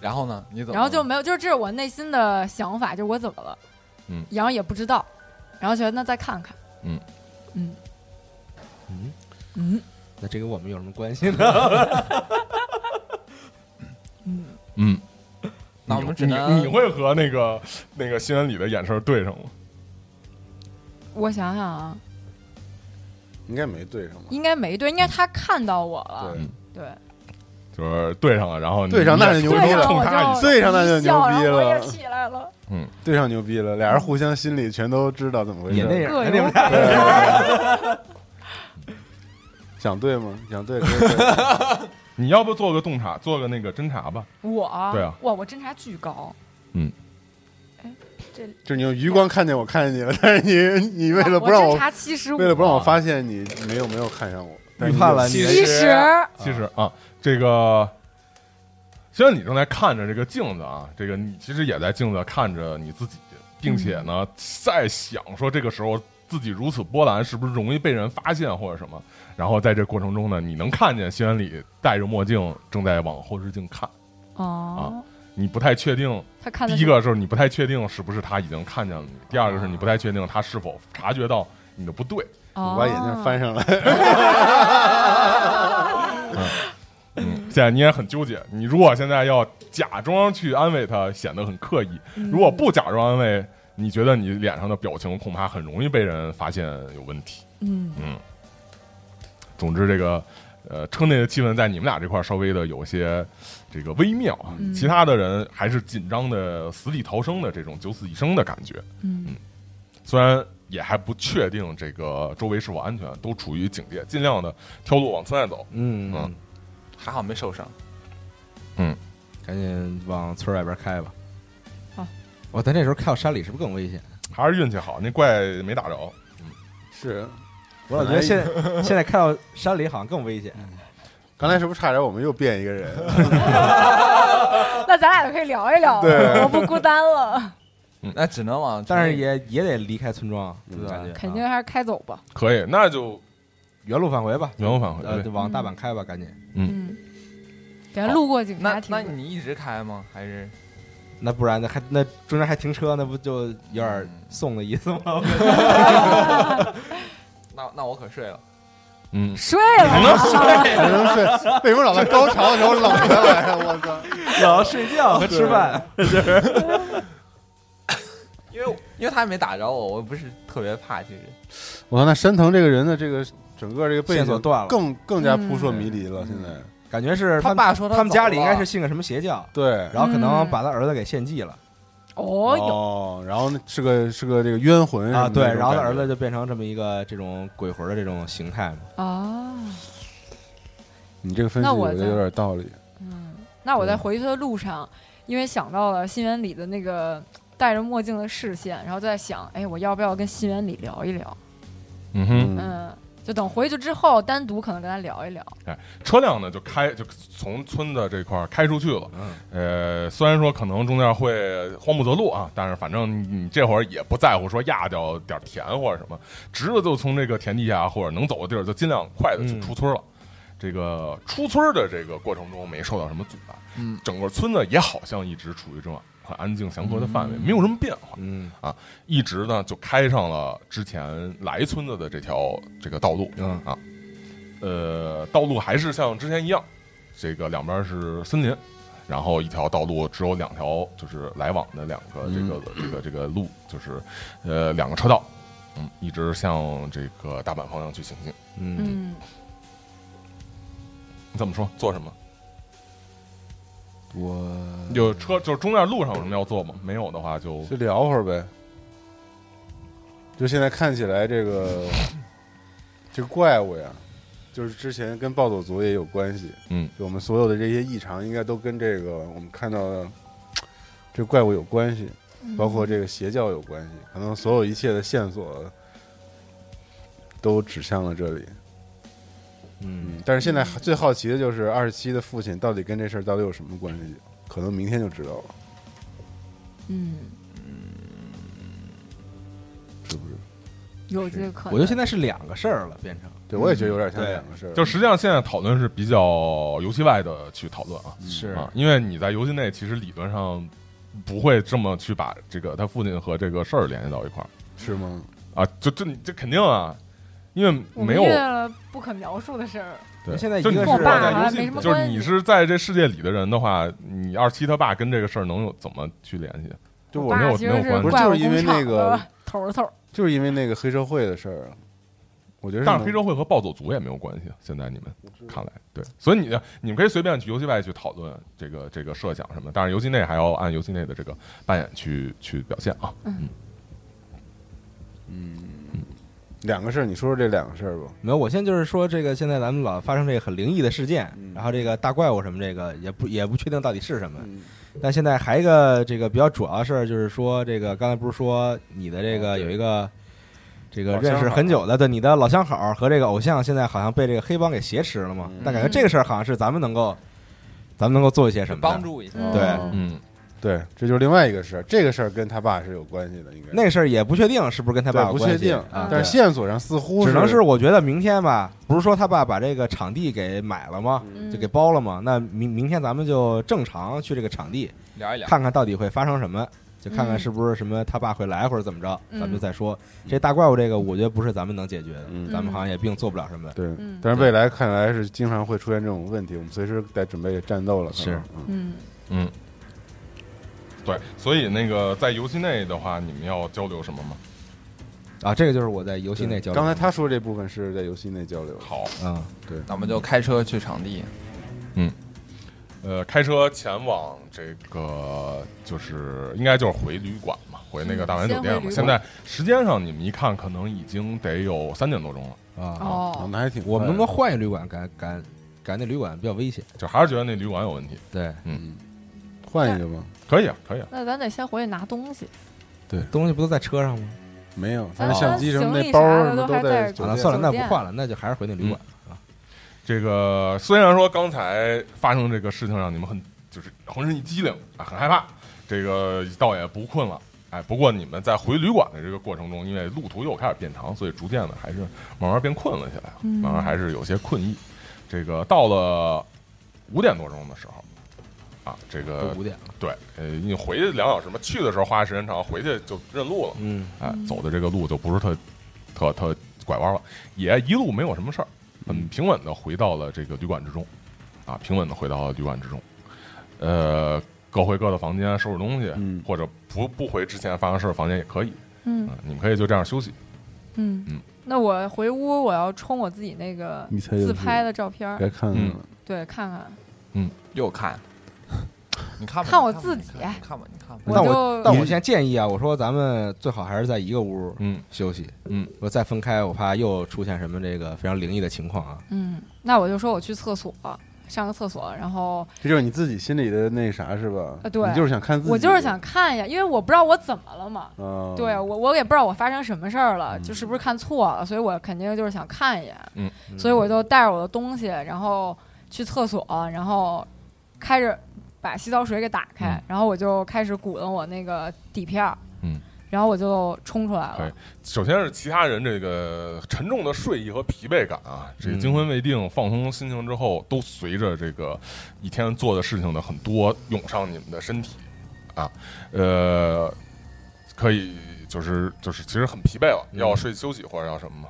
S3: 然后呢？你怎么了？
S4: 然后就没有，就是这是我内心的想法，就是我怎么了？
S2: 嗯
S4: 然后也不知道，然后觉得那再看看，
S2: 嗯
S4: 嗯
S6: 嗯，
S4: 嗯
S6: 那这跟我们有什么关系呢？
S4: 嗯，
S2: 嗯，
S3: 那我
S2: 你
S3: 们只
S2: 你
S3: 能
S2: 你会和那个那个新闻里的眼神对上吗？
S4: 我想想啊，
S5: 应该没对上吧？
S4: 应该没对，应该他看到我了，
S5: 对，
S4: 对，
S2: 就是对上了，然后你
S5: 对上
S2: 你
S5: 那
S2: 也
S5: 就牛
S4: 对
S5: 逼
S4: 然
S5: 了
S4: 后
S2: 冲
S4: 我
S2: 他一
S4: 就
S2: 下
S5: 对上那就
S4: 一笑
S5: 牛逼
S4: 然后我也
S5: 了
S4: 起来了。
S5: 对上牛逼了，俩人互相心里全都知道怎么回
S6: 也 [LAUGHS] 那
S5: 事。
S6: 样，
S4: 各
S6: 那
S4: 有
S6: 不
S4: 百
S6: 太
S4: 态。
S5: 想对吗？想对，可以 [LAUGHS] 对
S2: 你要不做个洞察，做个那个侦查吧？
S4: 我
S2: 对啊
S4: 哇，我侦查巨高，
S2: 嗯，
S4: 哎，这
S5: 就是你用余光看见我看见你了，但是你你 [LAUGHS] 为了不让
S4: 我
S5: 我
S4: 侦查啊七十五
S5: 为，了不让我发现你没有没有看上我，但
S6: 预
S5: 是
S6: 判了你
S5: 你
S6: 的
S5: 就
S4: 七十
S2: 其实啊，这个，虽然你正在看着这个镜子啊，这个你其实也在镜子看着你自己，并且呢，在想说这个时候自己如此波澜，是不是容易被人发现或者什么？然后在这过程
S5: 啊
S2: 中呢，你能看见西安里戴着墨镜正在往后视镜看，
S4: 哦，
S2: 你不太确定。
S4: 他看的
S2: 第
S4: 是
S2: 一个就是你不太确定是不是他已经看见了你，第二个是你不太确定他是否察觉到你的不对。
S4: 哦，
S5: 把眼睛翻上来， [LAUGHS]
S2: 嗯，现在你也很纠结。你如果现在要假装去安慰他，显得很刻意；如果不假装安慰，你觉得你脸上的表情恐怕很容易被人发现有问题。
S4: 嗯
S2: 总之，这个呃，车内的气氛在你们俩这块儿稍微的有些这个微妙啊，
S4: 嗯
S2: 其他的人还是紧张的死里逃生的这种九死一生的感觉。
S4: 嗯
S2: 虽然也还不确定这个周围是否安全，都处于警戒，尽量的挑路往村外走。
S6: 嗯
S2: 嗯，
S3: 还好没受伤。
S6: 赶紧往村外边开吧。
S4: 好，
S6: 我咱这时候开到山里是不是更危险？
S2: 还是运气好，那怪没打着。
S5: 是
S6: 我老觉得现在现在开到山里好像更危险。
S5: 刚才是不是差点我们又变一个人？ [LAUGHS]
S4: 那咱俩就可以聊一聊
S5: 嗯对
S4: 了，我不孤单
S5: [LAUGHS]
S4: 了，
S3: 那只能往，
S6: 但是也也得离开村庄，
S5: 嗯
S6: 我感觉
S4: 肯定
S6: 啊
S4: 还是开走吧。
S2: 可以，那就
S6: 原路返回吧，
S2: 原路返回
S6: 呃，
S2: 对
S6: 往大阪开吧，赶紧。
S4: 嗯，给他路过警察
S3: 那
S4: 厅
S3: 那，你一直开吗？还
S4: [LAUGHS]
S3: 是
S6: 那不然那还那中间还停车，那不就有点送的意思吗？
S3: 那那我可睡了。
S2: 嗯，
S4: 睡了，哦
S5: 还能睡？为什么老在高潮的时候冷下来？我操！
S6: 老要睡觉和吃饭，
S3: 因为因为他也没打着我，我不是特别怕，其实
S5: 我操！那山藤这个人的这个整个这个背
S6: 线索
S5: 景
S6: 断了，
S5: 更更加扑
S4: 嗯
S5: 朔迷离了。现在
S6: 感觉是
S3: 他
S6: 他
S3: 爸说
S6: 他们家里应该
S3: 走
S6: 是
S3: 了
S6: 信个什么邪教，
S5: 对，
S6: 然后可能
S4: 嗯
S6: 把他儿子给献祭了
S4: 哦哟，
S5: 哦，然后那是个是个这个冤魂
S6: 啊，
S5: 什么的
S6: 对，
S5: 那种
S6: 然后他
S5: 感
S6: 儿
S5: 觉
S6: 子就变成这么一个这种鬼魂的这种形态嘛。
S4: 啊，
S5: 你这个分析
S4: 那我
S5: 我觉得
S4: 再
S5: 有点道理。
S4: 嗯，那我在回去的路上，因为想到了新源里的那个戴着墨镜的视线，然后就在想，哎，我要不要跟新源里聊一聊？
S2: 嗯哼，
S5: 嗯
S4: 嗯，就等回去之后单独可能跟他聊一聊。
S2: 车辆呢就开就从村子这块儿开出去了。
S6: 嗯，
S2: 呃，虽然说可能中间会慌不择路啊，但是反正你你这会儿也不在乎说压掉点儿田或者什么，直着就从这个田地下或者能走的地儿就尽量快的就
S6: 嗯
S2: 出村了。这个出村的这个过程中没受到什么阻碍，
S3: 嗯，
S2: 整个村子也好像一直处于这种很安静祥和的范围，没有什么变化。
S6: 嗯
S2: 一直呢就开上了之前来村子的这条这个道路，
S6: 嗯
S2: 啊，呃，道路还是像之前一样，这个两边是森林，然后一条道路只有两条，就是来往的两个这个、这个这个路，就是呃两个车道，嗯，一直向这个大阪方向去行进。
S6: 嗯，
S4: 嗯，
S2: 你怎么说？做什么？
S4: 嗯
S6: 我
S2: 有车就是中间路上有什么要做吗？没有的话就
S5: 就聊会儿呗。就现在看起来，这个 [SNIFFS] 这个怪物呀，就是之前跟暴走族也有关系。
S2: 嗯，
S5: 就我们所有的这些异常，应该都跟这个我们看到的这怪物有关系，
S4: 嗯
S5: 包括这个邪教有关系。可能所有一切的线索都指向了这里。
S6: 嗯
S5: 嗯，但是现在最好奇的就是二十七的父亲到底跟这事儿到底有什么关系？可能明天就知道了，
S4: 嗯，
S5: 是不是？
S4: 有这个可能。
S6: 我觉得现在是两个事儿了，变成
S5: 对，我也觉得有点像
S6: 嗯对
S5: 两个事儿。
S2: 就实际上现在讨论是比较游戏外的去讨论啊，
S6: 是
S2: 啊，因为你在游戏内其实理论上不会这么去把这个他父亲和这个事儿联系到一块儿
S5: 是吗？
S2: 啊，就这这肯定啊，因为
S4: 我
S2: 没有
S4: 们遇到了不可描述的事儿。
S2: 对，
S6: 现在一
S2: 就
S6: 个
S2: 你
S6: 是
S2: 如果在
S4: 跟我爸
S2: 游
S4: 没
S2: 戏
S4: 什么，
S2: 就是
S4: 关系
S2: 你是在这世界里的人的话，你二七他爸跟这个事儿能有怎么去联系？
S5: 就
S4: 我
S5: 我
S2: 没
S4: 爸
S2: 有
S4: 其
S2: 没
S4: 实
S2: 有关系
S4: 怪
S5: 不
S4: 物
S5: 是就是因为
S4: 工厂
S5: 那个
S4: 的头儿头儿。
S5: 就是因为那个黑社会的事儿啊，我觉得
S2: 但是
S5: 能
S2: 黑社会和暴走族也没有关系。现在你们看来，对，所以你你们可以随便去游戏外去讨论这个这个设想什么，但是游戏内还要按游戏内的这个扮演去去表现啊。
S5: 两个事儿，你说说这两个事儿吧。
S6: 没有，我现在就是说，这个现在咱们老发生这个很灵异的事件，
S5: 嗯
S6: 然后这个大怪物什么，这个也不也不确定到底是什么。
S5: 嗯
S6: 但现在还有一个这个比较主要的事儿，就是说这个刚才不是说你的这个有一个这个
S5: 老相
S6: 认
S5: 好
S6: 识很久的，对你的老相好和这个偶像，现在好像被这个黑帮给挟持了嘛
S5: 嗯？
S6: 但感觉这个事儿好像是咱们能够，咱们能够做一些
S3: 就
S6: 什么的
S3: 帮助一下。
S4: 嗯
S6: 对
S5: 哦
S2: 嗯，
S5: 对，这就是另外一个事儿。这个事儿跟他爸是有关系的，应该
S6: 那事儿也不确定是不是跟他爸
S5: 对
S6: 有
S5: 不
S6: 关
S5: 确
S6: 系
S5: 定，
S6: 啊，
S5: 但是线索上似乎
S6: 只能是我觉得明天吧，不是说他爸把这个场地给买了吗？
S4: 嗯
S6: 就给包了吗？那明明天咱们就正常去这个场地
S3: 聊一聊。
S6: 看看到底会发生什么，就看看
S4: 嗯
S6: 是不是什么他爸会来或者怎么着，
S4: 嗯
S6: 咱们就再说。这大怪物这个，我觉得不是咱们能解决的，
S5: 嗯
S6: 咱们好像也并做不了什么。
S5: 对
S4: 嗯，
S5: 但是未来看来是经常会出现这种问题，我们随时得准备战斗了。可能
S6: 是，
S5: 嗯
S4: 嗯
S2: 对，所以那个在游戏内的话，你们要交流什么吗？
S6: 啊，这个就是我在游戏内交流
S5: 刚
S6: 的。
S5: 才他说这部分是在游戏内交流，
S4: 哦
S2: 好，
S6: 嗯，
S3: 那我们就开车去场地，
S2: 呃，开车前往这个就是应该就是回旅馆嘛，回那个大丸酒店嘛。
S4: 嗯先回
S2: 现
S4: 旅馆
S2: 在时间上你们一看，可能已经得有三点多钟了，
S6: 啊，
S4: 哦，
S5: 那还挺快的。
S6: 我们能不能换一旅馆？赶赶赶那旅馆比较危险。
S2: 就还是觉得那旅馆有问题。
S6: 对，
S5: 换一个吗？
S2: 可以啊，可以啊。
S4: 那咱得先回去拿东西。
S6: 东西不都在车上吗？
S5: 没有，
S4: 咱
S5: 他的相机什么
S4: 哦行
S5: 那
S4: 李
S5: 包
S4: 啥的
S5: 什么
S4: 都还
S5: 在
S4: 在
S5: 酒
S6: 啊，
S5: 店。
S6: 那算了，
S4: 酒
S6: 那不
S4: 店
S6: 换了，那就还是回那旅馆。
S2: 这个虽然说刚才发生这个事情让你们很就是浑身一激灵啊，很害怕，这个倒呃也不困了。哎，不过你们在回旅馆的这个过程中，因为路途又开始变长，所以逐渐的还是慢慢变困了起来，
S4: 嗯
S2: 慢慢还是有些困意。这个到了五点多钟的时候，啊，这
S5: 嗯
S6: 都
S2: 个
S6: 五点了，
S2: 对，呃，你回去两小时嘛，去的时候花时间长，回去就认路了。
S6: 嗯，
S2: 哎，走的这个路就不是特特特拐弯了，也一路没有什么事儿，很平稳的回到了这个旅馆之中，啊，平稳的回到了旅馆之中，呃，各回各的房间收拾东西，
S5: 嗯
S2: 或者不不回之前发生事儿的房间也可以，
S4: 嗯
S2: 嗯，你们可以就这样休息。嗯
S4: 嗯，那我回屋我要冲我自己那个
S5: 你猜就是
S4: 自拍的照片儿，
S5: 该看看
S2: 嗯
S5: 了，
S4: 对，看看。
S3: 又看，你看吧，
S4: 看
S3: 你
S4: 我
S3: 吧
S4: 自
S3: 你
S4: 己
S3: 看你看吧，你看吧。
S4: 我
S6: 但
S4: 就
S6: 但我现在建议啊，我说咱们最好还是在一个屋
S2: 嗯，
S6: 休息。
S2: 嗯，
S6: 我再分开，我怕又出现什么这个非常灵异的情况啊。
S4: 嗯，那我就说我去厕所上个厕所，然后
S5: 这就是你自己心里的那啥是吧？
S4: 啊对
S5: 你就是想看自己，
S4: 我就是想看一下，因为我不知道我怎么了嘛。
S2: 哦
S5: 啊，
S4: 对我，我也不知道我发生什么事儿了，就是不是看错了，所以我肯定就是想看一眼，
S2: 嗯
S4: 所以我就带着我的东西，然后去厕所，然后开着把洗澡水给打开，
S2: 嗯
S4: 然后我就开始鼓弄我那个底片儿，
S2: 嗯，
S4: 然后我就冲出来
S2: 可以
S4: 了，
S2: 首先是其他人这个沉重的睡意和疲惫感啊，这个
S6: 嗯
S2: 惊魂未定、放松心情之后，都随着这个一天做的事情的很多涌上你们的身体啊，呃，可以就是就是其实很疲惫了，
S6: 嗯
S2: 要睡休息或者要什么嘛。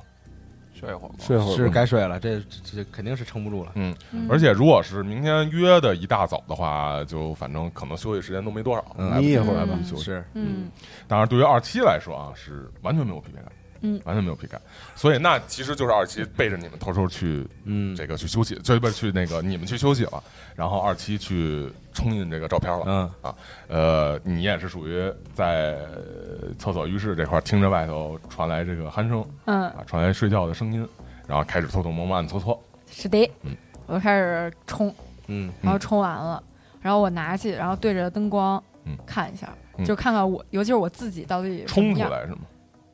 S3: 睡一会儿吧，
S5: 睡会儿
S6: 是
S5: 吧
S6: 该睡了，这这这肯定是撑不住了。
S4: 嗯
S2: 而且如果是明天约的一大早的话，就反正可能休息时间都没多少，
S6: 嗯
S2: 来不及
S5: 眯一
S4: 会儿
S2: 来不
S4: 吧
S2: 及休息。
S6: 是，
S4: 嗯
S2: 当然，对于二七来说啊，是完全没有疲惫感，
S4: 嗯
S2: 完全没有疲惫感。所以那其实就是二七背着你们偷偷去
S6: 嗯，
S2: 这个去休息，这边去那个你们去休息了，然后二七去冲印这个照片了。
S6: 嗯
S2: 呃，你也是属于在呃厕所浴室这块儿听着外头传来这个鼾声
S4: 嗯，
S2: 啊，传来睡觉的声音，然后开始偷偷摸摸暗搓搓。
S4: 是的
S2: 嗯，
S4: 我就开始冲，
S6: 嗯
S4: 然后冲完了，然后我拿起，然后对着灯光
S2: 嗯
S4: 看一下，
S2: 嗯
S4: 就看看我，尤其是我自己到底什么
S2: 冲出
S4: 样，
S2: 来是吗？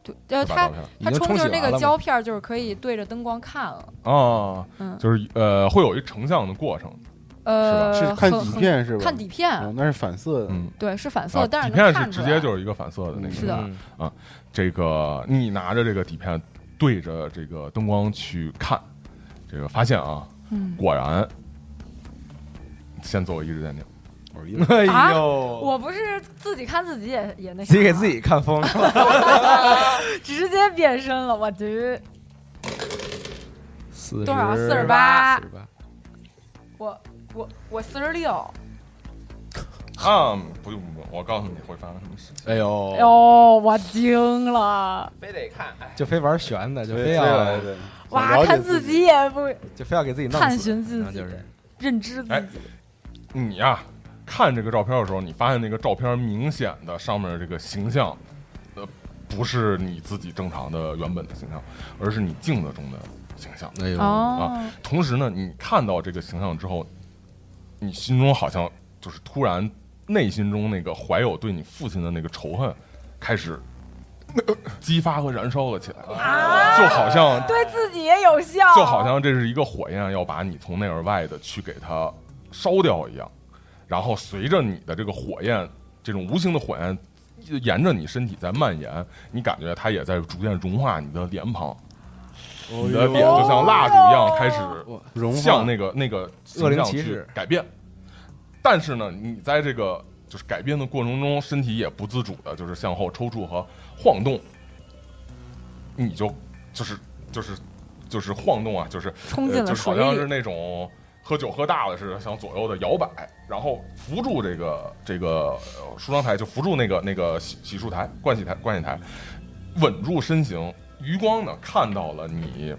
S4: 对，呃，
S2: 这把
S4: 它
S2: 照片
S4: 它
S6: 已经
S4: 冲
S6: 冲
S4: 就是
S6: 洗
S4: 那
S6: 完
S4: 个
S6: 了
S4: 胶片儿，就是可以对着灯光看了，
S2: 哦，
S4: 嗯，
S2: 就是呃，会有一成像的过程，
S4: 呃，
S5: 是看
S4: 很
S5: 底，片是
S4: 很
S5: 吧？
S4: 看底片，
S5: 哦，那是反射的，
S2: 嗯，
S4: 对，是反
S2: 啊
S4: 色，但是
S2: 底
S4: 能
S2: 片
S4: 看
S2: 是直
S4: 出来。啊
S2: 接就是一个反射的那个，
S4: 是的
S6: 嗯
S2: 这个你拿着这个底片对着这个灯光去看，这个发现啊，
S4: 嗯，
S2: 果然先做一日鉴定。
S5: 我说一
S6: 哎
S4: 啊
S6: 呦，
S4: 我不是自己看自己也也那啥
S6: 自己给自己看疯了。
S4: 直接变身了，我去，
S6: 四
S4: 多少啊
S6: 十
S4: 48
S6: 十八
S4: 我我我四十六，
S2: 哦啊，不用不用，我告诉你会发生什么事情。
S4: 哎
S6: 哎呦，
S4: 呦，我惊了，
S3: 非得看，哎，
S6: 就非玩悬的，就
S5: 对
S6: 非
S5: 对
S6: 要
S5: 对对
S4: 哇，看自己也不
S6: 就非要给自己弄死
S4: 探寻自己
S6: 然后就是
S4: 认知自
S2: 哎
S4: 己，
S2: 你呀、看这个照片的时候，你发现那个照片明显的上面这个形象，呃，不是你自己正常的原本的形象，而是你镜子中的形象。
S6: 哎呦，
S4: 哦，
S2: 同时呢，你看到这个形象之后，你心中好像就是突然内心中那个怀有对你父亲的那个仇恨开始、呃激发和燃烧了起来，就好像
S4: 对自己也有效，
S2: 就好像这是一个火焰，要把你从内而外的去给它烧掉一样。然后随着你的这个火焰这种无形的火焰沿着你身体在蔓延，你感觉它也在逐渐融化你的脸庞，你的脸就像蜡烛一样开始
S5: 融化
S2: 向那个那个
S6: 恶
S2: 形
S6: 灵
S2: 象
S6: 骑
S2: 去
S6: 士
S2: 改变。但是呢，你在这个就是改变的过程中，身体也不自主的就是向后抽搐和晃动，你就就是就是就是晃动啊，就是
S4: 冲进
S2: 呃
S4: 了
S2: 就是
S4: 水
S2: 好像是
S4: 里，
S2: 那种喝酒喝大了似的，向左右的摇摆，然后扶住这个这个呃梳妆台，就扶住那个那个洗洗漱台、盥洗台、盥洗台，稳住身形。余光呢看到了你，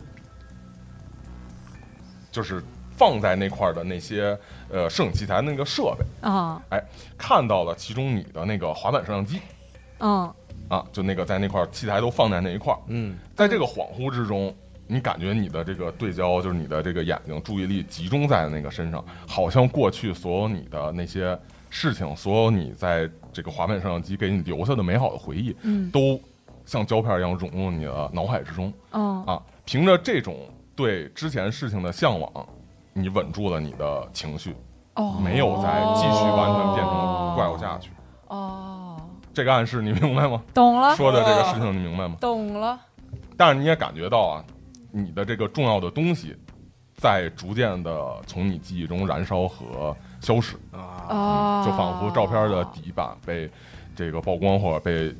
S2: 就是放在那块儿的那些呃摄影器材那个设备，
S4: 啊，
S2: 看到了其中你的那个滑板摄像机
S4: 嗯，
S2: 啊，就那个在那块儿器材都放在那一块儿。
S6: 嗯，
S2: 在这个恍惚之中，你感觉你的这个对焦，就是你的这个眼睛注意力集中在那个身上，好像过去所有你的那些事情，所有你在这个滑板摄像机给你留下的美好的回忆，
S4: 嗯
S2: 都像胶片一样涌入你的脑海之中
S4: 嗯，
S2: 啊！凭着这种对之前事情的向往，你稳住了你的情绪，
S4: 哦，
S2: 没有再继续完全变成怪物下去。
S4: 哦，
S2: 这个暗示你明白吗？
S4: 懂了，
S2: 说的这个事情你明白吗？
S4: 懂了，
S2: 但是你也感觉到啊，你的这个重要的东西在逐渐的从你记忆中燃烧和消失，
S6: 啊，
S4: 哦，
S2: 就仿佛照片的底板被这个曝光或者被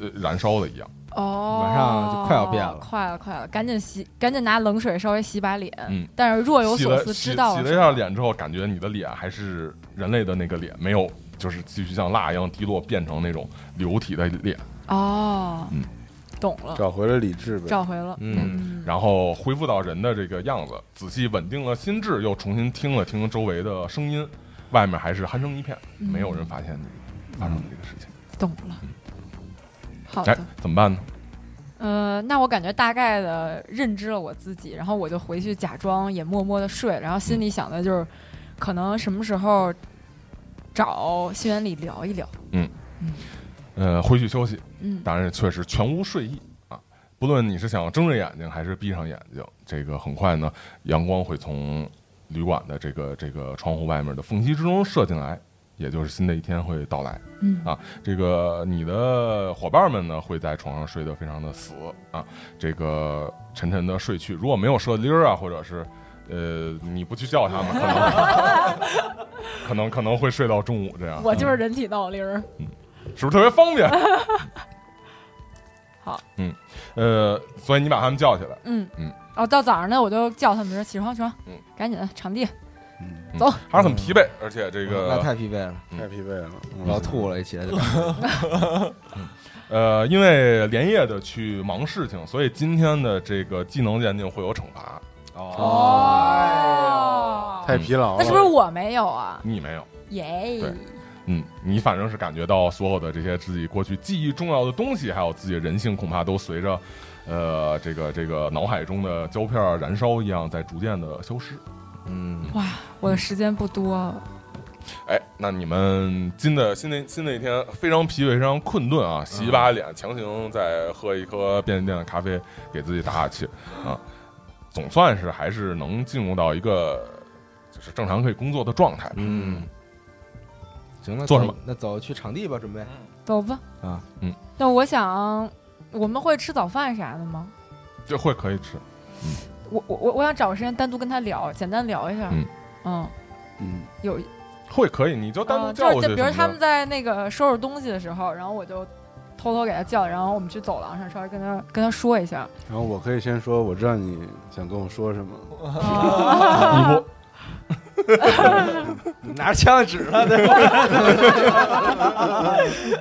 S2: 呃燃烧了一样。
S4: 哦，
S6: 马上就快要变了
S4: 快了，快了，赶紧洗，赶紧拿冷水稍微洗把脸。
S2: 嗯
S4: 但是若有
S2: 洗
S4: 所
S2: 了
S4: 思，
S2: 洗
S4: 知
S2: 洗
S4: 道
S2: 了一
S4: 什
S2: 下
S4: 么
S2: 脸之后，感觉你的脸还是人类的那个脸，没有就是继续像蜡一样滴落，变成那种流体的脸，
S4: 哦，
S2: 嗯
S4: 懂了，
S5: 找回了理智呗。
S4: 找回了。
S6: 嗯，
S4: 嗯，
S2: 然后恢复到人的这个样子，仔细稳定了心智，又重新听了听周围的声音，外面还是鼾声一片，
S4: 嗯
S2: 没有人发现你发生的这个事情。
S4: 懂了。嗯好
S2: 哎
S4: 的，，
S2: 怎么办呢？
S4: 呃，那我感觉大概的认知了我自己，然后我就回去假装也默默的睡，然后心
S2: 嗯
S4: 里想的就是，可能什么时候找新源里聊一聊。
S2: 呃，回去休息，
S4: 嗯，
S2: 当然确实全无睡意啊。不论你是想睁着眼睛还是闭上眼睛，这个很快呢，阳光会从旅馆的这个这个窗户外面的缝隙之中射进来，也就是新的一天会到来。
S4: 嗯
S2: 啊，这个你的伙伴们呢会在床上睡得非常的死啊，这个沉沉的睡去。如果没有射铃儿啊，或者是呃你不去叫他们，可能可能
S4: [LAUGHS]
S2: 可能会睡到中午这样。嗯
S4: 我就是人体闹铃儿。
S2: 是不是特别方便？
S4: [LAUGHS] 好，
S2: 嗯，呃，所以你把他们叫起来，
S4: 嗯
S2: 嗯，
S4: 哦，到早上呢，我就叫他们说起床起床，
S2: 嗯
S4: 赶紧的啊场地。
S5: 嗯，
S2: 嗯
S4: 走
S2: 还是很疲惫，而且这
S6: 嗯那
S2: 个
S6: 太疲惫了，
S5: 太疲惫了，嗯
S6: 我要吐了，一起来就
S2: 呃，因为连夜的去忙事情，所以今天的这个技能鉴定会有惩罚，
S6: 哦
S4: 哦
S5: 太疲劳
S4: 那
S5: 了。
S4: 是不是我没有啊？
S2: 你没有。
S4: 耶！
S2: 对嗯，你反正是感觉到所有的这些自己过去记忆重要的东西，还有自己的人性，恐怕都随着，呃，这个这个脑海中的胶片燃烧一样，在逐渐的消失。
S6: 嗯，
S4: 哇，我的时间不多了，
S2: 哎，那你们今的新的新的一天非常疲惫，非常困顿啊，洗一把脸，强行再喝一喝便利店的咖啡，给自己打打气啊，总算是还是能进入到一个就是正常可以工作的状态。
S6: 嗯，行了，
S2: 做什么
S6: 走？那走去场地吧，准备 [LAUGHS]
S4: 走吧。
S6: 啊，
S2: 嗯。
S4: 那我想，我们会吃早饭啥的吗？
S2: 这会可以吃，
S4: 我我我我想找个时间单独跟他聊，简单聊一下。
S2: 嗯
S4: 嗯
S5: 嗯，
S4: 有
S2: 会可以，你就单独
S4: 呃
S2: 叫
S4: 就
S2: 过
S4: 是
S2: 去什
S4: 就比如
S2: 么
S4: 他
S2: 的
S4: 们。在那个收拾东西的时候，然后我就偷偷给他叫，然后我们去走廊上稍微跟他跟他说一下。
S5: 然后我可以先说，我知道你想跟我说什么。
S2: 你不
S6: 拿着枪指他，对吧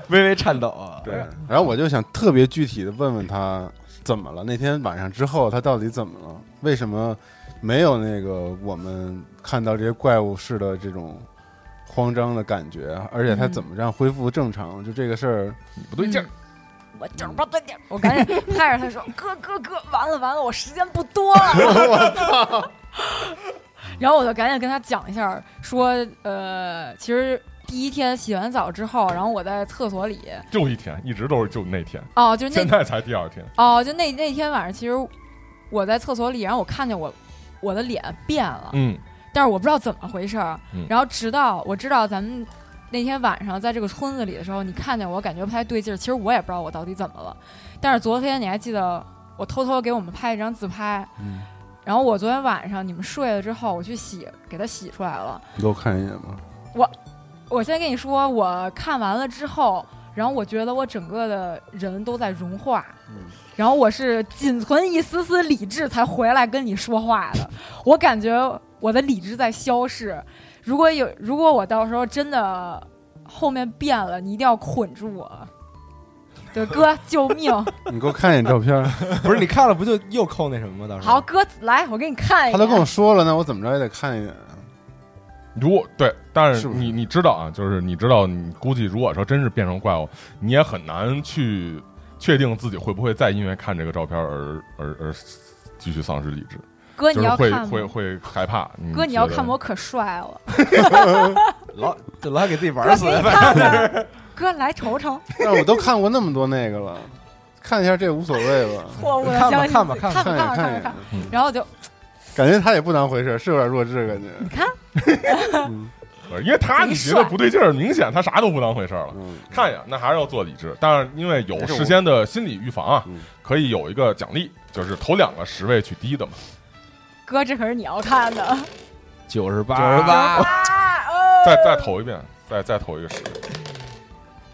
S6: 微微颤抖啊，
S5: 对，然后我就想特别具体的问问他怎么了，那天晚上之后他到底怎么了？为什么没有那个我们看到这些怪物似的这种慌张的感觉？而且他怎么样恢复正常？就这个事儿，
S2: 不对劲儿，
S4: [LAUGHS] 我就是不对劲儿，我赶紧拍着他说：“哥哥哥，完了完了，我时间不多
S2: [LAUGHS]
S4: 了。”我操！然后我就赶紧跟他讲一下，说：“呃，其实第一天洗完澡之后，然后我在厕所里，
S2: 就一天，一直都是就那天，
S4: 哦，就是
S2: 现
S4: 那
S2: 在才第二天。
S4: 哦，就那那天晚上，其实我在厕所里，然后我看见我我的脸变了，
S2: 嗯，
S4: 但是我不知道怎么回事儿。
S2: 嗯
S4: 然后直到我知道咱们那天晚上在这个村子里的时候，你看见我感觉不太对劲儿，其实我也不知道我到底怎么了。但是昨天你还记得我偷偷给我们拍一张自拍，
S5: 嗯，
S4: 然后我昨天晚上你们睡了之后，我去洗给它洗出来了。
S5: 你给我看一眼吧。
S4: 我先跟你说，我看完了之后，然后我觉得我整个的人都在融化，
S3: 嗯
S4: 然后我是仅存一丝丝理智才回来跟你说话的。我感觉我的理智在消逝。如果有，如果我到时候真的后面变了，你一定要捆住我。对，哥，救命！
S5: 你给我看一眼照片。
S6: 不是你看了不就又扣那什么吗？到时候
S4: 好，哥，来，我给你看一眼。
S5: 他都跟我说了，那我怎么着也得看一眼啊。
S2: 如果对，但是
S5: 是不是
S2: 你你知道啊，就是你知道，你估计如果说真是变成怪物，你也很难去确定自己会不会再因为看这个照片而而而继续丧失理智，
S4: 哥，
S2: 就
S4: 你
S2: 是
S4: 要
S2: 会
S4: 看
S2: 会
S4: 吗？
S2: 会害怕。
S4: 哥，你要
S2: 觉得
S4: 看我可帅了，
S6: 老就老给自己玩
S4: 哥
S6: 死
S4: 给你
S6: 了。
S4: 看看，哥来瞅瞅。
S5: 但是我都看过那么多那个了，看一下这无所谓吧。
S4: 错误的
S6: 看吧
S4: 相信
S6: 看吧
S4: 自己
S6: 看
S4: 看
S6: 吧
S5: 看
S4: 吧看
S5: 一眼看一
S4: 吧
S5: 眼，
S4: 然后就
S5: 感觉他也不当回事，是有点弱智感觉。
S4: 你看，
S5: 嗯
S2: 呃因为他
S4: 贼
S2: 你觉得
S4: 帅
S2: 不对劲儿，明显他啥都不当回事儿了。
S5: 嗯，
S2: 看一眼，那还是要做理智，但是因为有
S5: 但是我
S2: 事先的心理预防啊
S5: 嗯，
S2: 可以有一个奖励，就是头两个十位去低的嘛。
S4: 哥，这可是你要看的。
S6: 九十八，
S3: 九十，八，
S4: 啊哦
S2: 再再投一遍，再再投一个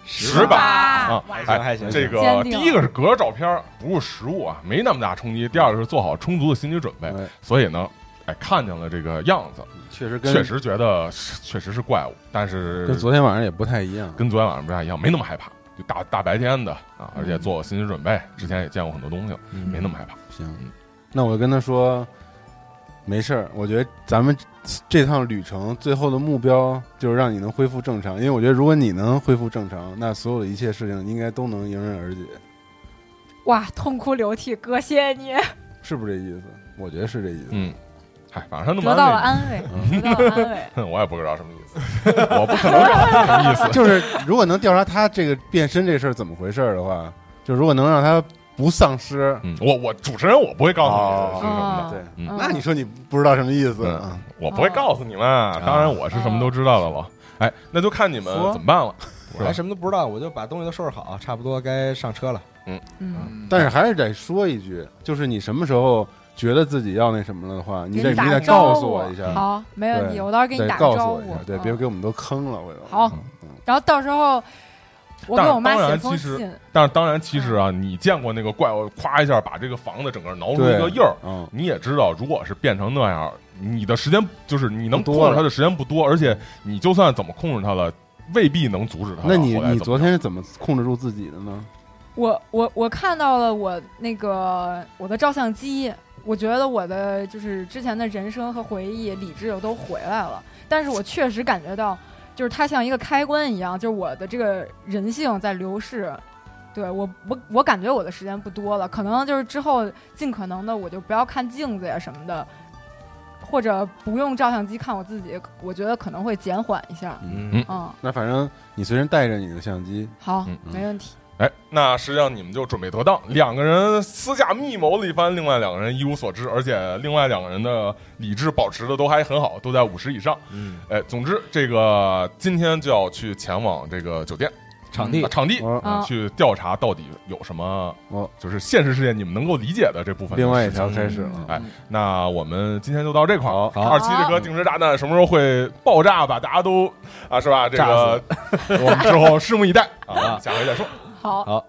S2: 十十
S4: 吧
S2: 把啊！
S4: 哇
S2: 哎，
S6: 还行
S2: 这个
S4: 坚
S2: 第
S4: 定
S2: 一个是隔着照片儿，不是实物啊，没那么大冲击；第二个是做好充足的心理准备
S5: 哎，
S2: 所以呢。哎，看见了这个样子，
S5: 确实跟
S2: 确实觉得是确实是怪物，但是
S5: 跟昨天晚上也不太一样。
S2: 跟昨天晚上不太一样，没那么害怕，就大大白天的啊，而且
S5: 嗯
S2: 做好心理准备，之前也见过很多东西了，没那么害怕。
S5: 行，那我跟他说，没事儿。我觉得咱们这趟旅程最后的目标就是让你能恢复正常，因为我觉得如果你能恢复正常，那所有的一切事情应该都能迎刃而解，
S4: 哇，痛哭流涕，哥，谢谢你，
S5: 是不是这意思？我觉得是这意思。
S2: 嗯，嗨，反正他那么
S4: 得到了
S2: 安慰
S4: 安慰，得到了安慰。
S2: 你，我 [LAUGHS] 也不知道什么意思，我不可能知道他什么意思。
S5: 就是如果能调查他这个变身这事儿怎么回事儿的话，就如果能让他不丧失，
S2: 嗯，我我主持人我不会告诉你 [LAUGHS] 是什么的，
S4: 哦
S5: 对
S2: 嗯
S4: 嗯
S5: 那你说你不知道什么意思啊？
S2: 我不会告诉你们。啊当然我是什么都知道的了。哎，那就看你们
S5: 哦说
S2: 怎么办了。
S6: 我还什么都不知道，我就把东西都收拾好，差不多该上车了。
S4: 嗯，
S3: 嗯
S5: 但是还是得说一句，就是你什么时候觉得自己要那什么了的话，你
S4: 给你
S5: 得你
S4: 打
S5: 得
S4: 个招
S5: 告诉
S4: 呼
S5: 我一
S2: 嗯
S5: 下，
S4: 好，没问题，
S5: 对
S4: 我到时候给你
S5: 得
S4: 打个
S5: 告
S4: 招
S5: 诉
S4: 呼
S5: 我一下，，对，
S4: 嗯
S5: 别给我们都坑了，回头。
S4: 好
S5: 嗯，
S4: 然后到时候我给
S2: 但
S4: 我妈
S2: 当
S4: 写
S2: 然
S4: 封
S2: 其实
S4: 信，
S2: 但是当然，其实啊，你见过那个怪物，咵一下把这个房子整个挠出一个印儿，
S5: 嗯，
S2: 你也知道，如果是变成那样，你的时间就是你能
S5: 不
S2: 控
S5: 多了
S2: 制它的时间不多，而且你就算怎么控制它了，未必能阻止它。
S5: 那你
S2: 后来怎
S5: 你
S2: 么
S5: 昨天是怎么控制住自己的呢？
S4: 我我我看到了我那个我的照相机，我觉得我的就是之前的人生和回忆、理智又都回来了，但是我确实感觉到，就是它像一个开关一样，就是我的这个人性在流逝。对我我我感觉我的时间不多了，可能就是之后尽可能的我就不要看镜子呀什么的，或者不用照相机看我自己，我觉得可能会减缓一下。
S2: 嗯
S4: 嗯，
S5: 那反正你随身带着你的相机，
S4: 好，
S2: 嗯
S4: 没问题。
S2: 哎，那实际上你们就准备得当，两个人私下密谋了一番，另外两个人一无所知，而且另外两个人的理智保持的都还很好，都在五十以上。
S6: 嗯，
S2: 哎，总之这个今天就要去前往这个酒店
S6: 场地
S2: 啊场
S4: 嗯
S2: 地
S5: 哦
S2: 啊，去调查到底有什么
S5: 哦，
S2: 就是现实世界你们能够理解的这部分的
S5: 另外一
S2: 事情
S5: 条开始了。
S2: 哎，那我们今天就到这块儿。
S6: 好
S2: 二期这颗定时炸弹什么时候会爆炸，把大家都啊是吧？这
S5: [LAUGHS]
S6: 炸
S2: 个我们之后拭目以待啊，
S6: 啊
S2: 下回再说。
S4: 好，
S6: 好，